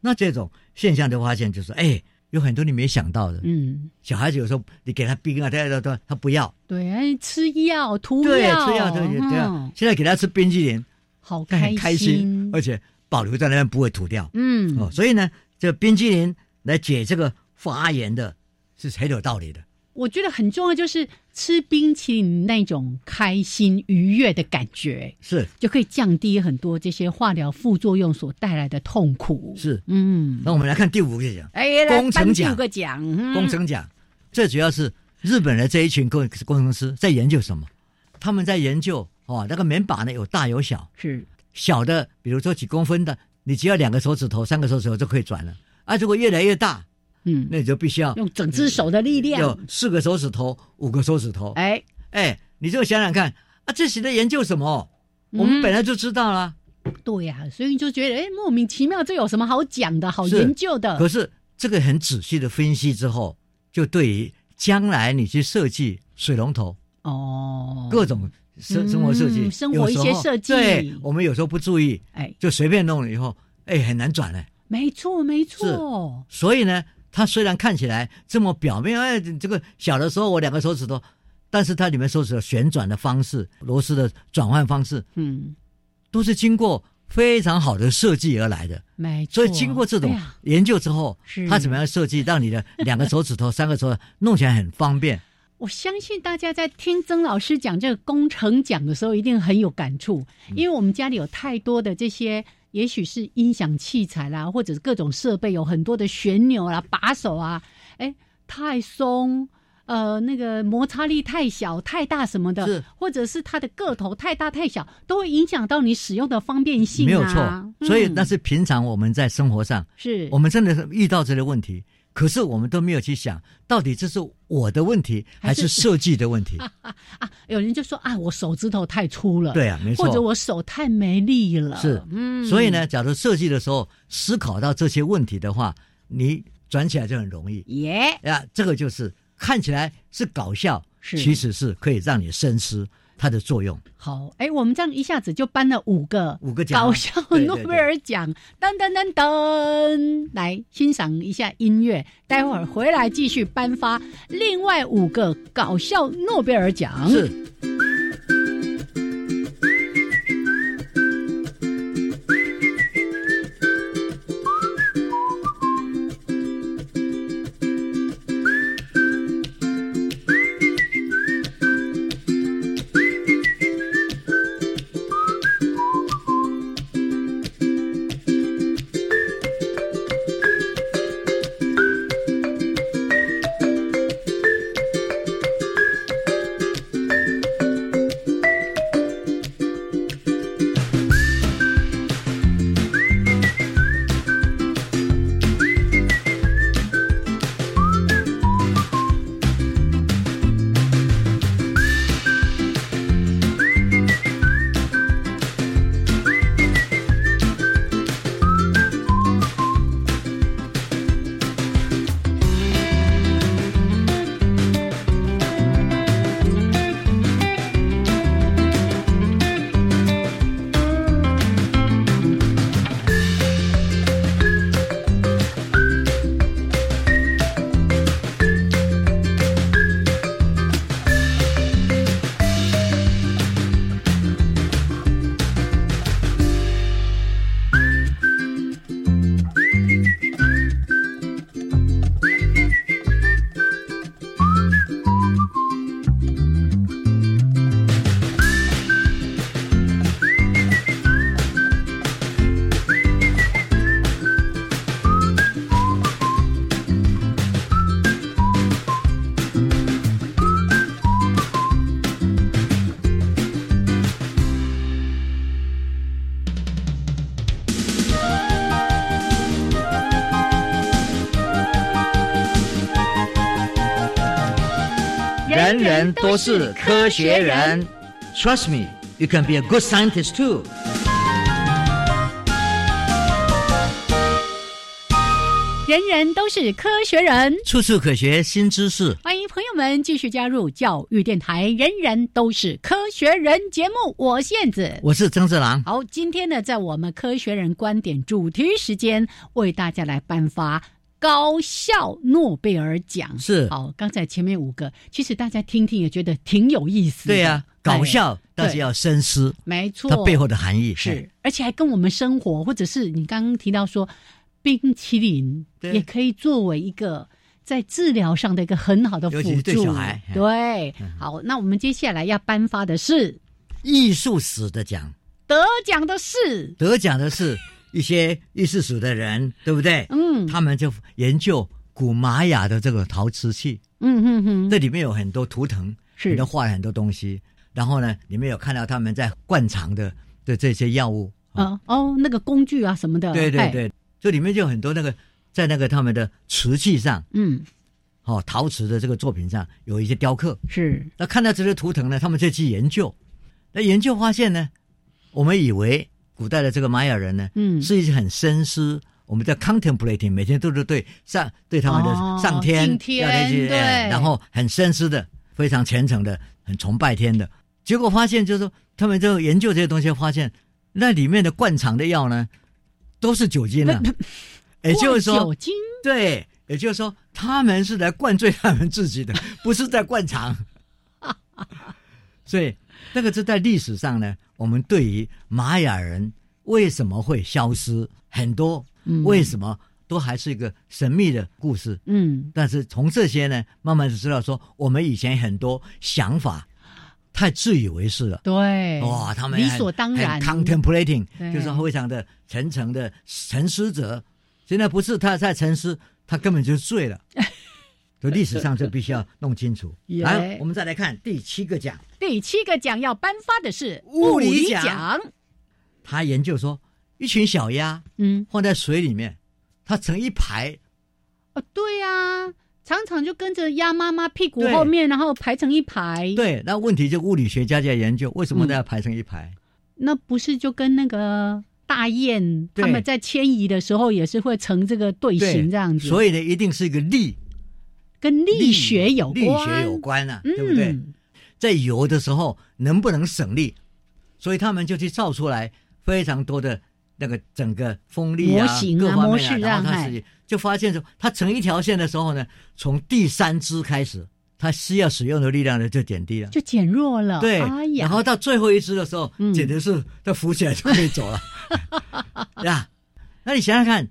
Speaker 2: 那这种现象就发现就是，哎，有很多你没想到的，
Speaker 1: 嗯，
Speaker 2: 小孩子有时候你给他冰啊，他他他他不要，
Speaker 1: 对，哎吃药涂
Speaker 2: 对，
Speaker 1: 药，
Speaker 2: 吃药对对对啊
Speaker 1: 嗯，
Speaker 2: 现在给他吃冰淇淋，
Speaker 1: 好
Speaker 2: 他很
Speaker 1: 心，
Speaker 2: 开心，而且保留在那边不会吐掉。
Speaker 1: 嗯，
Speaker 2: 哦，所以呢，这冰淇淋来解这个发炎的，是很有道理的。
Speaker 1: 我觉得很重要就是吃冰淇淋那种开心愉悦的感觉，
Speaker 2: 是
Speaker 1: 就可以降低很多这些化疗副作用所带来的痛苦。
Speaker 2: 是。
Speaker 1: 嗯，
Speaker 2: 那我们来看第五个讲。
Speaker 1: 哎，来
Speaker 2: 工程
Speaker 1: 颁
Speaker 2: 奖
Speaker 1: 布个奖，嗯
Speaker 2: 工程奖，最主要是日本的这一群工工程师在研究什么？他们在研究哦，那个棉把呢有大有小，
Speaker 1: 是
Speaker 2: 小的比如说几公分的，你只要两个手指头、三个手指头就可以转了。啊，如果越来越大，
Speaker 1: 嗯，
Speaker 2: 那你就必须要
Speaker 1: 用整只手的力量
Speaker 2: 有，四个手指头、五个手指头。哎，
Speaker 1: 哎，
Speaker 2: 你就想想看啊，这是在研究什么？
Speaker 1: 嗯
Speaker 2: 我们本来就知道啦，
Speaker 1: 对呀、所以你就觉得哎，莫名其妙，这有什么好讲的，好
Speaker 2: 是
Speaker 1: 研究的？
Speaker 2: 可是这个很仔细的分析之后，就对于将来你去设计水龙头，
Speaker 1: 哦，
Speaker 2: 各种生生活设计，
Speaker 1: 嗯生活一些
Speaker 2: 有时候
Speaker 1: 设计
Speaker 2: 对，我们有时候不注意，
Speaker 1: 哎，
Speaker 2: 就随便弄了以后，哎，很难转嘞。
Speaker 1: 没错没错，
Speaker 2: 所以呢，它虽然看起来这么表面，哎，这个小的时候我两个手指头，但是它里面手指头旋转的方式、螺丝的转换方式，
Speaker 1: 嗯，
Speaker 2: 都是经过非常好的设计而来的。
Speaker 1: 没错。
Speaker 2: 所以经过这
Speaker 1: 哎
Speaker 2: 种
Speaker 1: 呀
Speaker 2: 研究之后
Speaker 1: 是，
Speaker 2: 它怎么样设计，让你的两个手指头、三个手指头弄起来很
Speaker 1: (laughs)
Speaker 2: 方便。
Speaker 1: 我相信大家在听曾老师讲这个工程奖的时候，一定很有感触，
Speaker 2: 嗯
Speaker 1: 因为我们家里有太多的这些，也许是音响器材啦，或者是各种设备，有很多的旋钮啦、把手啊，哎，太松。呃，那个摩擦力太小、太大什么的
Speaker 2: 是，
Speaker 1: 或者是它的个头太大太小，都会影响到你使用的方便性、啊。嗯
Speaker 2: 没有错，所以那是平常我们在生活上，
Speaker 1: 是
Speaker 2: 我们真的是遇到这类问题，可是我们都没有去想到底这是我的问题
Speaker 1: 还
Speaker 2: 还
Speaker 1: 是
Speaker 2: 是设计的问题。
Speaker 1: 啊，有人就说啊，我手指头太粗了，
Speaker 2: 对啊，没错。
Speaker 1: 或者我手太没力了，
Speaker 2: 是
Speaker 1: 嗯，
Speaker 2: 所以呢，假如设计的时候思考到这些问题的话，你转起来就很容易
Speaker 1: 耶、
Speaker 2: 呀。这个就是看起来是搞笑，
Speaker 1: 是
Speaker 2: 其实是可以让你深思它的作用。
Speaker 1: 好，哎，我们这样一下子就颁了五个
Speaker 2: 五个奖
Speaker 1: 搞笑
Speaker 2: 对对
Speaker 1: 诺贝尔奖，噔噔噔噔，来欣赏一下音乐，待会儿回来继续颁发另外五个搞笑诺贝尔奖。
Speaker 2: 是。人人都是科学人。Trust me, you can be a good scientist too.
Speaker 1: 人人都是科学人。
Speaker 2: 处处可学新知识。
Speaker 1: 欢迎朋友们继续加入教育电台《人人都是科学人》节目，我是燕子。
Speaker 2: 我是曾志郎，
Speaker 1: 好，今天呢，在我们科学人观点主题时间，为大家来颁发高校诺贝尔奖。
Speaker 2: 是
Speaker 1: 好，刚才前面五个，其实大家听听也觉得挺有意思的。
Speaker 2: 对呀、
Speaker 1: 哎
Speaker 2: 搞笑，但是要深思
Speaker 1: 没错，
Speaker 2: 它背后的含义。哎
Speaker 1: 是，而且还跟我们生活，或者是你刚刚提到说，冰淇淋
Speaker 2: 对
Speaker 1: 也可以作为一个在治疗上的一个很好的辅
Speaker 2: 尤
Speaker 1: 助。
Speaker 2: 其是对小孩哎
Speaker 1: 对好，那我们接下来要颁发的是
Speaker 2: 艺术史的奖，
Speaker 1: 得奖的是，
Speaker 2: 得奖的是一些艺术史的人，对不对？
Speaker 1: 嗯
Speaker 2: 他们就研究古玛雅的这个陶瓷器，
Speaker 1: 嗯哼哼，
Speaker 2: 这里面有很多图腾，
Speaker 1: 是
Speaker 2: 里面画了很多东西。然后呢，里面有看到他们在灌肠的的这些药物。啊，
Speaker 1: 嗯哦，那个工具啊什么的，
Speaker 2: 对对
Speaker 1: 哎，
Speaker 2: 对，这里面就有很多那个在那个他们的瓷器上，
Speaker 1: 嗯
Speaker 2: 哦，陶瓷的这个作品上有一些雕刻。
Speaker 1: 是，
Speaker 2: 那看到这些图腾呢，他们就去研究。那研究发现呢，我们以为古代的这个玛雅人呢，
Speaker 1: 嗯
Speaker 2: 是一些很深思，我们叫 contemplating，每天都是对上对他们的
Speaker 1: 哦
Speaker 2: 上天、
Speaker 1: 敬天
Speaker 2: 要那些
Speaker 1: 对
Speaker 2: 哎然后很深思的、非常虔诚的、很崇拜天的。结果发现，就是说他们就研究这些东西，发现那里面的灌肠的药呢，都是
Speaker 1: (laughs)
Speaker 2: 酒精啊。也就是说，
Speaker 1: 灌酒精
Speaker 2: 对，也就是说，他们是来灌醉他们自己的，不是在灌肠。所以，那个是在历史上呢，我们对于玛雅人为什么会消失很多，为什么都还是一个神秘的故事。
Speaker 1: 嗯，
Speaker 2: 但是从这些呢，慢慢就知道说，我们以前很多想法太自以为是了。
Speaker 1: 对，
Speaker 2: 哇，他们
Speaker 1: 理
Speaker 2: 很
Speaker 1: 所当然
Speaker 2: 很，contemplating
Speaker 1: 对
Speaker 2: 就是非常的虔诚的沉思者。现在不是他在沉思，他根本就醉了。所以历史上就必须要弄清
Speaker 1: (laughs)
Speaker 2: 楚。
Speaker 1: 耶
Speaker 2: 来，我们再来看第七个奖，
Speaker 1: 第七个奖要颁发的是
Speaker 2: 物理
Speaker 1: 理
Speaker 2: 奖
Speaker 1: 奖，
Speaker 2: 他研究说，一群小鸭
Speaker 1: 嗯，
Speaker 2: 放在水里面，它成一排，
Speaker 1: 哦，对呀、啊，常常就跟着鸭妈妈屁股
Speaker 2: 对
Speaker 1: 后面，然后排成一排。，
Speaker 2: 对，那问题就物理学家在研究，为什
Speaker 1: 嗯
Speaker 2: 么它要排成一排？
Speaker 1: 那不是就跟那个大雁
Speaker 2: 对
Speaker 1: 他们在迁移的时候也是会成这个队
Speaker 2: 对，
Speaker 1: 形这样子，
Speaker 2: 所
Speaker 1: 以
Speaker 2: 以呢，一定是一个力
Speaker 1: 跟力学有
Speaker 2: 力学有关啊，对不对？
Speaker 1: 嗯，
Speaker 2: 在游的时候能不能省力，所以他们就去造出来非常多的那个整个风力啊、
Speaker 1: 模型啊
Speaker 2: 各方
Speaker 1: 模
Speaker 2: 面
Speaker 1: 式
Speaker 2: 啊，然后
Speaker 1: 啊
Speaker 2: 它
Speaker 1: 嗨
Speaker 2: 是就发现说，它成一条线的时候呢，从第三支开始，它需要使用的力量呢就减低了。
Speaker 1: 就减弱了。
Speaker 2: 对，
Speaker 1: 哎呀，
Speaker 2: 然后到最后一支的时候，
Speaker 1: 嗯
Speaker 2: 简直是它浮起来就可以
Speaker 1: (laughs)
Speaker 2: 走了呀。那你想想看，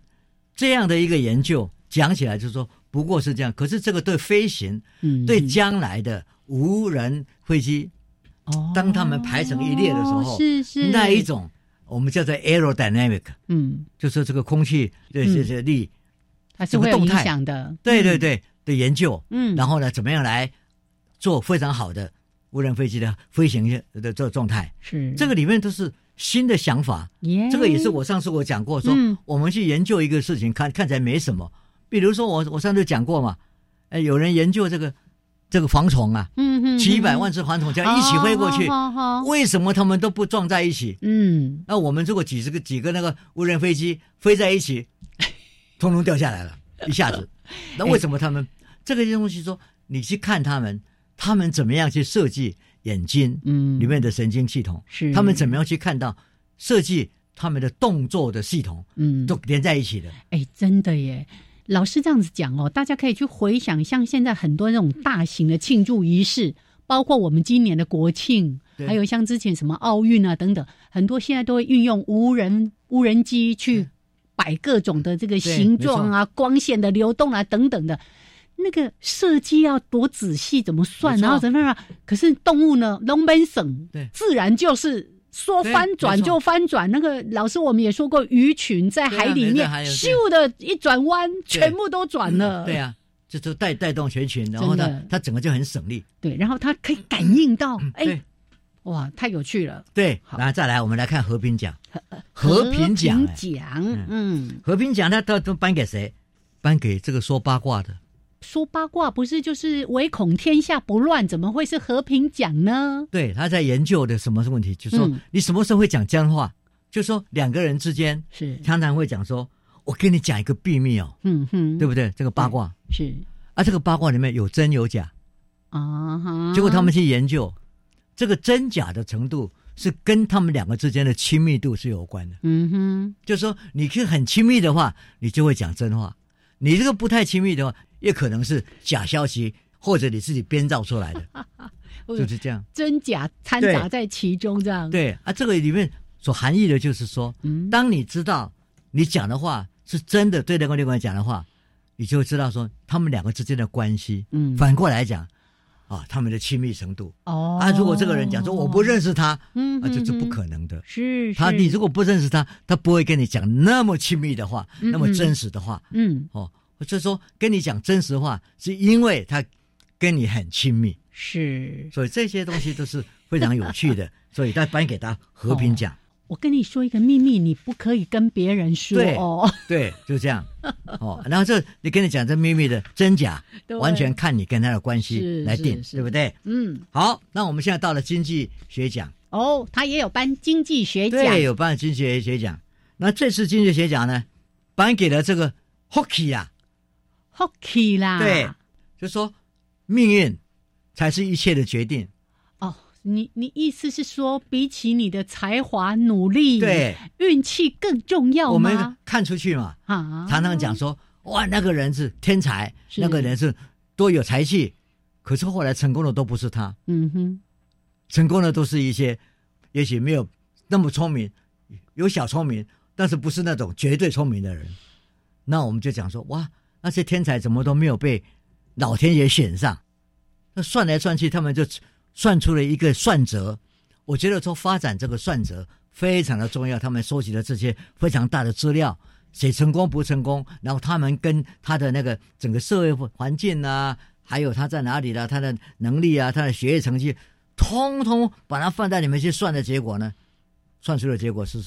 Speaker 2: 这样的一个研究讲起来就是说，不过是这样，可是这个对飞行、
Speaker 1: 嗯
Speaker 2: 对将来的无人飞机
Speaker 1: 哦
Speaker 2: 当他们排成一列的时候，
Speaker 1: 是是
Speaker 2: 那一，种我们叫做 aerodynamic，
Speaker 1: 嗯，
Speaker 2: 就是这个空气的这些力，
Speaker 1: 它是会有
Speaker 2: 怎么
Speaker 1: 影
Speaker 2: 动态
Speaker 1: 响的。
Speaker 2: 对对对的研究，
Speaker 1: 嗯，
Speaker 2: 然
Speaker 1: 后
Speaker 2: 后呢，怎么样来做非常好的无人飞机的飞行的这个状态，
Speaker 1: 是
Speaker 2: 这个里面都是新的想法。
Speaker 1: 耶，
Speaker 2: 这个也是我上次我讲过，说
Speaker 1: 嗯
Speaker 2: 我们去研究一个事情，看看起来没什么。比如说我我上次讲过嘛，哎，有人研究这个这个蝗虫啊，
Speaker 1: 嗯嗯哦
Speaker 2: 几百万只蝗虫这样一起飞过去，
Speaker 1: 好好好
Speaker 2: 为什么他们都不撞在一起？
Speaker 1: 嗯，
Speaker 2: 那我们如果几十个几个那个无人飞机飞在
Speaker 1: (laughs)
Speaker 2: 一起，通通掉下来了，一下子。那为什么他们、
Speaker 1: 哎
Speaker 2: 这个东西说你去看他们，他们怎么样去设计眼睛，
Speaker 1: 嗯
Speaker 2: 里面的神经系统，
Speaker 1: 是
Speaker 2: 他们怎么样去看到设计他们的动作的系统，
Speaker 1: 嗯
Speaker 2: 都连在一起的。
Speaker 1: 哎，真的耶！老师这样子讲哦，大家可以去回想，像现在很多那种大型的庆祝仪式，包括我们今年的国庆，
Speaker 2: 对
Speaker 1: 还有像之前什么奥运啊等等，很多现在都会运用无人无人机去摆各种的这个形状啊、光线的流动啊等等的。那个设计要多仔细，怎么算，
Speaker 2: 没错
Speaker 1: 然后怎么样？可是动物呢，龙门省
Speaker 2: 对
Speaker 1: 自然就是说
Speaker 2: 对
Speaker 1: 翻转
Speaker 2: 没错
Speaker 1: 就翻转。那个老师我们也说过，鱼群在
Speaker 2: 对啊
Speaker 1: 海里
Speaker 2: 没
Speaker 1: 面
Speaker 2: 错还有对
Speaker 1: 咻的一转弯，全部都转了。
Speaker 2: 对啊，这就带带动全群，然后
Speaker 1: 真
Speaker 2: 他
Speaker 1: 的
Speaker 2: 他整个就很省力。
Speaker 1: 对，然后他可以感应到，哎、
Speaker 2: 嗯对
Speaker 1: 哇，太有趣了！
Speaker 2: 对，
Speaker 1: 好
Speaker 2: 然后再来我们来看和平奖，和平奖、哎
Speaker 1: 奖，嗯，
Speaker 2: 和平奖他他都颁给谁？颁给这个说八卦的
Speaker 1: 说八卦不是就是唯恐天下不乱，怎么会是和平讲呢？
Speaker 2: 对，他在研究的什么问题？就说、
Speaker 1: 嗯
Speaker 2: 你什么时候会讲这样的话？就说两个人之间
Speaker 1: 是，
Speaker 2: 常常会讲说，我跟你讲一个秘密哦，
Speaker 1: 嗯哼，
Speaker 2: 对不对？这个八卦
Speaker 1: 是
Speaker 2: 啊，这个八卦里面有真有假，
Speaker 1: 啊哈。
Speaker 2: 结果他们去研究，这个真假的程度是跟他们两个之间的亲密度是有关的。
Speaker 1: 嗯哼，
Speaker 2: 就是说，你是很亲密的话，你就会讲真话；你这个不太亲密的话，也可能是假消息，或者你自己编造出
Speaker 1: (laughs)
Speaker 2: 来的，
Speaker 1: 或
Speaker 2: 就
Speaker 1: 者
Speaker 2: 是这样。
Speaker 1: 真假掺杂在其中，这样
Speaker 2: 对啊，这个里面所含义的就是说，
Speaker 1: 嗯
Speaker 2: 当你知道你讲的话是真的，对那个另外讲的话，你就会知道说他们两个之间的关系。
Speaker 1: 嗯
Speaker 2: 反过来讲，啊，他们的亲密程度。
Speaker 1: 哦
Speaker 2: 啊，如果这个人讲说我不，认识他，
Speaker 1: 嗯
Speaker 2: 啊，这是不
Speaker 1: 哼
Speaker 2: 可能的。
Speaker 1: 是
Speaker 2: 他
Speaker 1: 是
Speaker 2: 你如果不认识他，他不会跟你讲那么亲密的话，
Speaker 1: 嗯
Speaker 2: 那么
Speaker 1: 嗯
Speaker 2: 真实的话。
Speaker 1: 嗯
Speaker 2: 哦，所以说跟你讲真实话，是因为他跟你很亲密，
Speaker 1: 是，
Speaker 2: 所以这些东西都是非常有趣
Speaker 1: (laughs)
Speaker 2: 的。所以他颁给他和平奖，
Speaker 1: 我跟你说一个秘密，你不可以跟别人说
Speaker 2: 对
Speaker 1: 哦。
Speaker 2: 对，就这样。哦，然后这你跟你讲这秘密的真假，
Speaker 1: 对
Speaker 2: 完全看你跟他的关系
Speaker 1: 是
Speaker 2: 来定
Speaker 1: 是，是
Speaker 2: 对不对？
Speaker 1: 嗯，
Speaker 2: 好，那我们现在到了经济学奖，
Speaker 1: (laughs) 哦，他也有颁经济学哎奖，
Speaker 2: 对，有颁经济学学奖。那这次经济学奖呢，颁给了这个 hockey 啊，
Speaker 1: hockey 啦，
Speaker 2: 对，就说命运才是一切的决定。
Speaker 1: 哦，你你意思是说，比起你的才华、努力，
Speaker 2: 对，
Speaker 1: 运气更重要
Speaker 2: 我们
Speaker 1: 吗？
Speaker 2: 看出去嘛，
Speaker 1: 啊，
Speaker 2: 常常讲说，哇，那个人是天才，
Speaker 1: 是
Speaker 2: 那个人是多有才气，可是后来成功的都不是他，
Speaker 1: 嗯哼，
Speaker 2: 成功的都是一些也许没有那么聪明，有小聪明，但是不是那种绝对聪明的人。那我们就讲说，哇，那些天才怎么都没有被老天爷选上？那算来算去，他们就算出了一个算辙。我觉得说发展这个算辙非常的重要，他们收集了这些非常大的资料，谁成功不成功，然后他们跟他的那个整个社会环境啊，还有他在哪里啦、他的能力啊，他的学业成绩，通通把它放在里面去算的结果呢，算出的结果是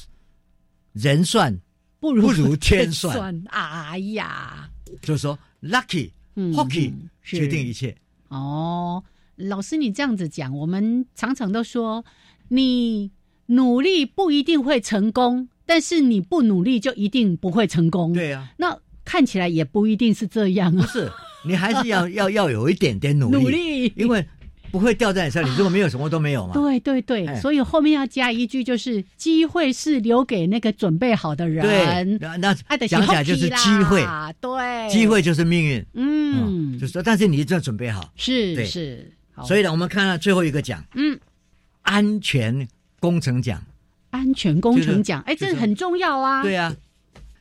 Speaker 2: 人算，
Speaker 1: 不如
Speaker 2: 不如天算
Speaker 1: 算，哎呀，
Speaker 2: 就是说 lucky
Speaker 1: 嗯
Speaker 2: hockey、
Speaker 1: 嗯是
Speaker 2: 决定一切。
Speaker 1: 哦，老师，你这样子讲，我们常常都说，你努力不一定会成功，但是你不努力就一定不会成功。，
Speaker 2: 对啊，
Speaker 1: 那看起来也不一定是这样
Speaker 2: 不
Speaker 1: 啊。
Speaker 2: 是你还
Speaker 1: (laughs)
Speaker 2: 是要要要有一点点努力，
Speaker 1: 努力啊
Speaker 2: 因为不会掉在你身上。你如果没有什么都没有嘛，
Speaker 1: 对对对，
Speaker 2: 哎
Speaker 1: 所以后面要加一句，就是机会是留给那个准备好的
Speaker 2: 对，
Speaker 1: 人。
Speaker 2: 那那
Speaker 1: 爱的
Speaker 2: 讲起来就是机会，
Speaker 1: 对，
Speaker 2: 机，会就是命运。
Speaker 1: 哎
Speaker 2: 啊
Speaker 1: 嗯，
Speaker 2: 就是说，但是你一定要准备好。对
Speaker 1: 是是，好
Speaker 2: 所以呢，我们看到最后一个奖，
Speaker 1: 嗯，
Speaker 2: 安全工程奖。
Speaker 1: 安全工程奖，哎，
Speaker 2: 就
Speaker 1: 这
Speaker 2: 是
Speaker 1: 很重要啊。
Speaker 2: 对，啊，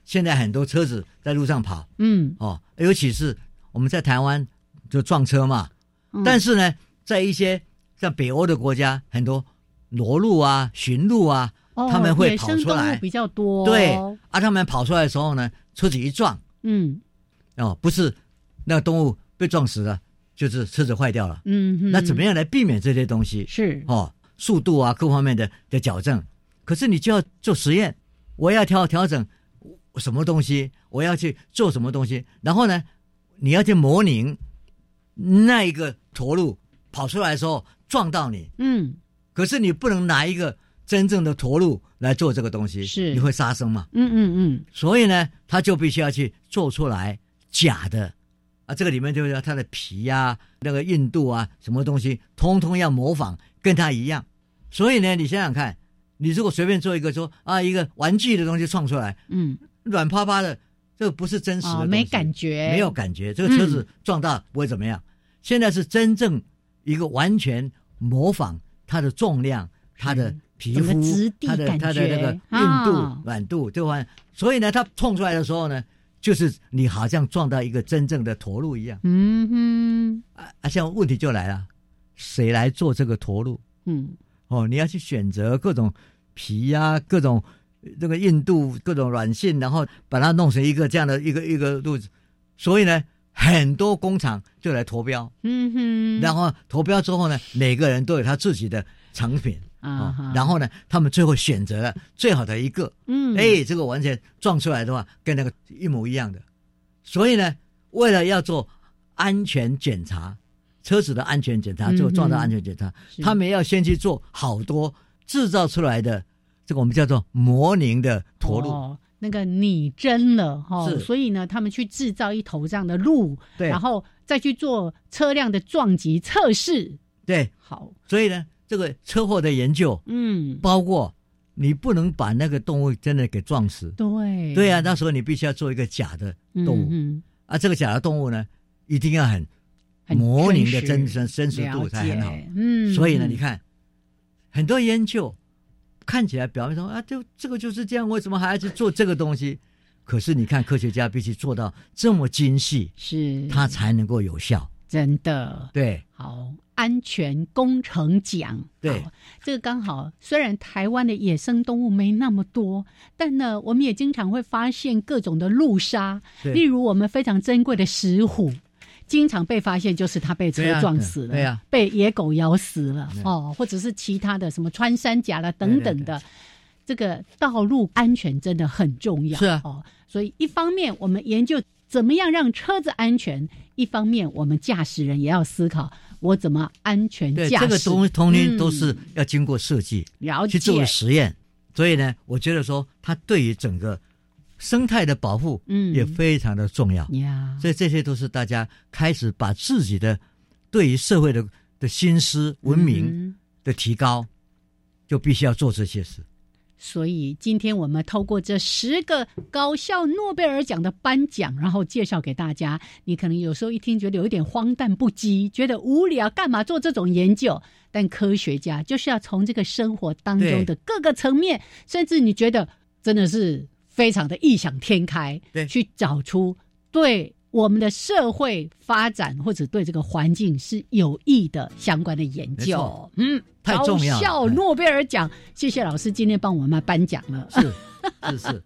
Speaker 2: 现在很多车子在路上跑，
Speaker 1: 嗯，
Speaker 2: 哦，尤其是我们在台湾就撞车嘛，
Speaker 1: 嗯
Speaker 2: 但是呢，在一些像北欧的国家，很多裸露啊、驯鹿啊，
Speaker 1: 哦
Speaker 2: 他们会
Speaker 1: 野
Speaker 2: 跑
Speaker 1: 生
Speaker 2: 出
Speaker 1: 动物
Speaker 2: 来
Speaker 1: 比较多。
Speaker 2: 对，啊，他们跑出来的时候呢，车子一撞，
Speaker 1: 嗯
Speaker 2: 哦，不是那个动物被撞死了，就是车子坏掉了。
Speaker 1: 嗯哼，
Speaker 2: 那怎么样来避免这些东西？
Speaker 1: 是
Speaker 2: 哦，速度啊，各方面的的矫正。可是你就要做实验，我要调调整什么东西，我要去做什么东西，然后呢，你要去模拟那一个驼鹿跑出来的时候撞到你，
Speaker 1: 嗯
Speaker 2: 可是你不能拿一个真正的驼鹿来做这个东西，
Speaker 1: 是
Speaker 2: 你会杀生嘛？
Speaker 1: 嗯嗯
Speaker 2: 所以呢，他就必须要去做出来假的啊，这个里面就是它的皮啊、那个硬度啊、什么东西，通通要模仿跟它一样。所以呢，你想想看，你如果随便做一个说啊一个玩具的东西创出来，啊
Speaker 1: 嗯
Speaker 2: 软趴趴的，这个不是真
Speaker 1: 嗯，
Speaker 2: 实的、
Speaker 1: 哦，没感，觉，
Speaker 2: 没有感觉，这个车
Speaker 1: 嗯
Speaker 2: 子撞到不会怎么样。现在是真正一个完全模仿它的重量、它的
Speaker 1: 是
Speaker 2: 皮
Speaker 1: 整个
Speaker 2: 肤
Speaker 1: 质、地
Speaker 2: 它的
Speaker 1: 感
Speaker 2: 它的那
Speaker 1: 觉
Speaker 2: 个硬
Speaker 1: 啊
Speaker 2: 度、软度，对吧？所以呢，它冲出来的时候呢，就是你好像撞到一个真正的驼鹿一样。
Speaker 1: 嗯
Speaker 2: 啊，啊现在问题就来了，谁来做这个驼鹿？
Speaker 1: 哼，嗯
Speaker 2: 哦，你要去选择各种皮呀、各种呃这个硬度、各种软性，然后把它弄成一个这样的一个一个路子。所以呢，很多工厂就来投标，
Speaker 1: 嗯哼，
Speaker 2: 然后投标之后呢，每个人都有他自己的产品。
Speaker 1: 啊哈，
Speaker 2: 哦然后呢，他们最后选择了最好的一个，
Speaker 1: 嗯，
Speaker 2: 哎、这个完全撞出来的话，跟那个一模一样的。所以呢，为了要做安全检查，车子的安全检查，
Speaker 1: 嗯
Speaker 2: 就撞到安全检查，他们要先去做好多制造出来的这个我们叫做模拟的驼鹿，
Speaker 1: 哦那个拟真了哈、
Speaker 2: 是
Speaker 1: 所以呢，他们去制造一头这样的鹿，
Speaker 2: 对
Speaker 1: 然后再去做车辆的撞击测试。
Speaker 2: 对，
Speaker 1: 好，
Speaker 2: 所以呢，这个车祸的研究
Speaker 1: 嗯，
Speaker 2: 包括你不能把那个动物真的给撞死，
Speaker 1: 对，
Speaker 2: 对啊，那时候你必须要做一个假的动物、
Speaker 1: 嗯嗯
Speaker 2: 啊，这个假的动物呢，一定要很
Speaker 1: 很
Speaker 2: 模拟的
Speaker 1: 真
Speaker 2: 真
Speaker 1: 实
Speaker 2: 真真实度才很好
Speaker 1: 了。解嗯，
Speaker 2: 所以呢，
Speaker 1: 嗯
Speaker 2: 你看很多研究看起来表面上啊，就这个就是这样，为什么还要去做这个东西？可是你看，科学家必须做到这么精细，
Speaker 1: 是
Speaker 2: 它才能够有效。
Speaker 1: 真的
Speaker 2: 对，
Speaker 1: 好，安全工程奖。
Speaker 2: 对
Speaker 1: 好，这个刚好，虽然台湾的野生动物没那么多，但呢，我们也经常会发现各种的路杀，
Speaker 2: 对
Speaker 1: 例如我们非常珍贵的石虎。经常被发现，就是它被
Speaker 2: 对
Speaker 1: 车
Speaker 2: 啊
Speaker 1: 撞死了，
Speaker 2: 对啊
Speaker 1: 被野狗咬死了，
Speaker 2: 对
Speaker 1: 哦，或者是其他的什么穿山甲啦等等
Speaker 2: 对
Speaker 1: 的，这个道路安全真的很重要。
Speaker 2: 是啊
Speaker 1: 哦，所以一方面我们研究怎么样让车子安全，一方面我们驾驶人也要思考我怎么安全
Speaker 2: 对，
Speaker 1: 驾驶。
Speaker 2: 这个东同
Speaker 1: 嗯
Speaker 2: 龄都是要经过设计、
Speaker 1: 了
Speaker 2: 去
Speaker 1: 解，
Speaker 2: 做实验。所以呢，我觉得说它对于整个生态的保护，
Speaker 1: 嗯
Speaker 2: 也非常的重要。
Speaker 1: 呀，
Speaker 2: 所以这些都是大家开始把自己的对于社会的的心思、文明、
Speaker 1: 嗯
Speaker 2: 的提高，就必须要做这些事。
Speaker 1: 所以今天我们透过这十个搞笑诺贝尔奖的颁奖，然后介绍给大家。你可能有时候一听觉得有一点荒诞不羁，觉得无聊，干嘛做这种研究？但科学家就是要从这个生活当中
Speaker 2: 对
Speaker 1: 的各个层面，甚至你觉得真的是非常的异想天开，
Speaker 2: 对
Speaker 1: 去找出对。我们的社会发展或者对这个环境是有益的相关的研
Speaker 2: 没
Speaker 1: 究
Speaker 2: 错，
Speaker 1: 嗯，
Speaker 2: 太重要了
Speaker 1: 搞笑
Speaker 2: 嗯
Speaker 1: 诺贝尔奖，谢谢老师今天帮我们颁奖
Speaker 2: (laughs)
Speaker 1: 了。
Speaker 2: 是是是，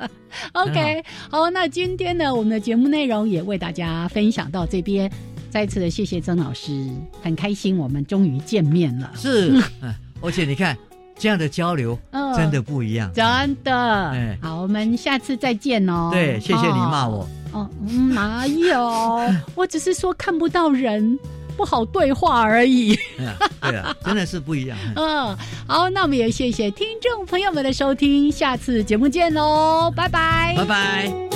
Speaker 1: OK，好那今天呢，我们的节目内容也为大家分享到这边。再次的谢谢曾老师，很开心我们终于见面了， (laughs)
Speaker 2: 是，嗯，而且你看这样的交流
Speaker 1: 嗯
Speaker 2: 真的不一样。
Speaker 1: 真的。
Speaker 2: 哎
Speaker 1: 好，我们下次再见哦。
Speaker 2: 对，谢谢你骂
Speaker 1: 哦
Speaker 2: 我，
Speaker 1: 哦，嗯哪
Speaker 2: (laughs)
Speaker 1: 有？我只是说看不到人，不好对话而已。 (laughs)
Speaker 2: 嗯，对啊，真的是不一样。嗯
Speaker 1: 嗯，好，那我们哦也谢谢听众朋友们的收听，下次节目见喽，拜拜，
Speaker 2: 拜拜。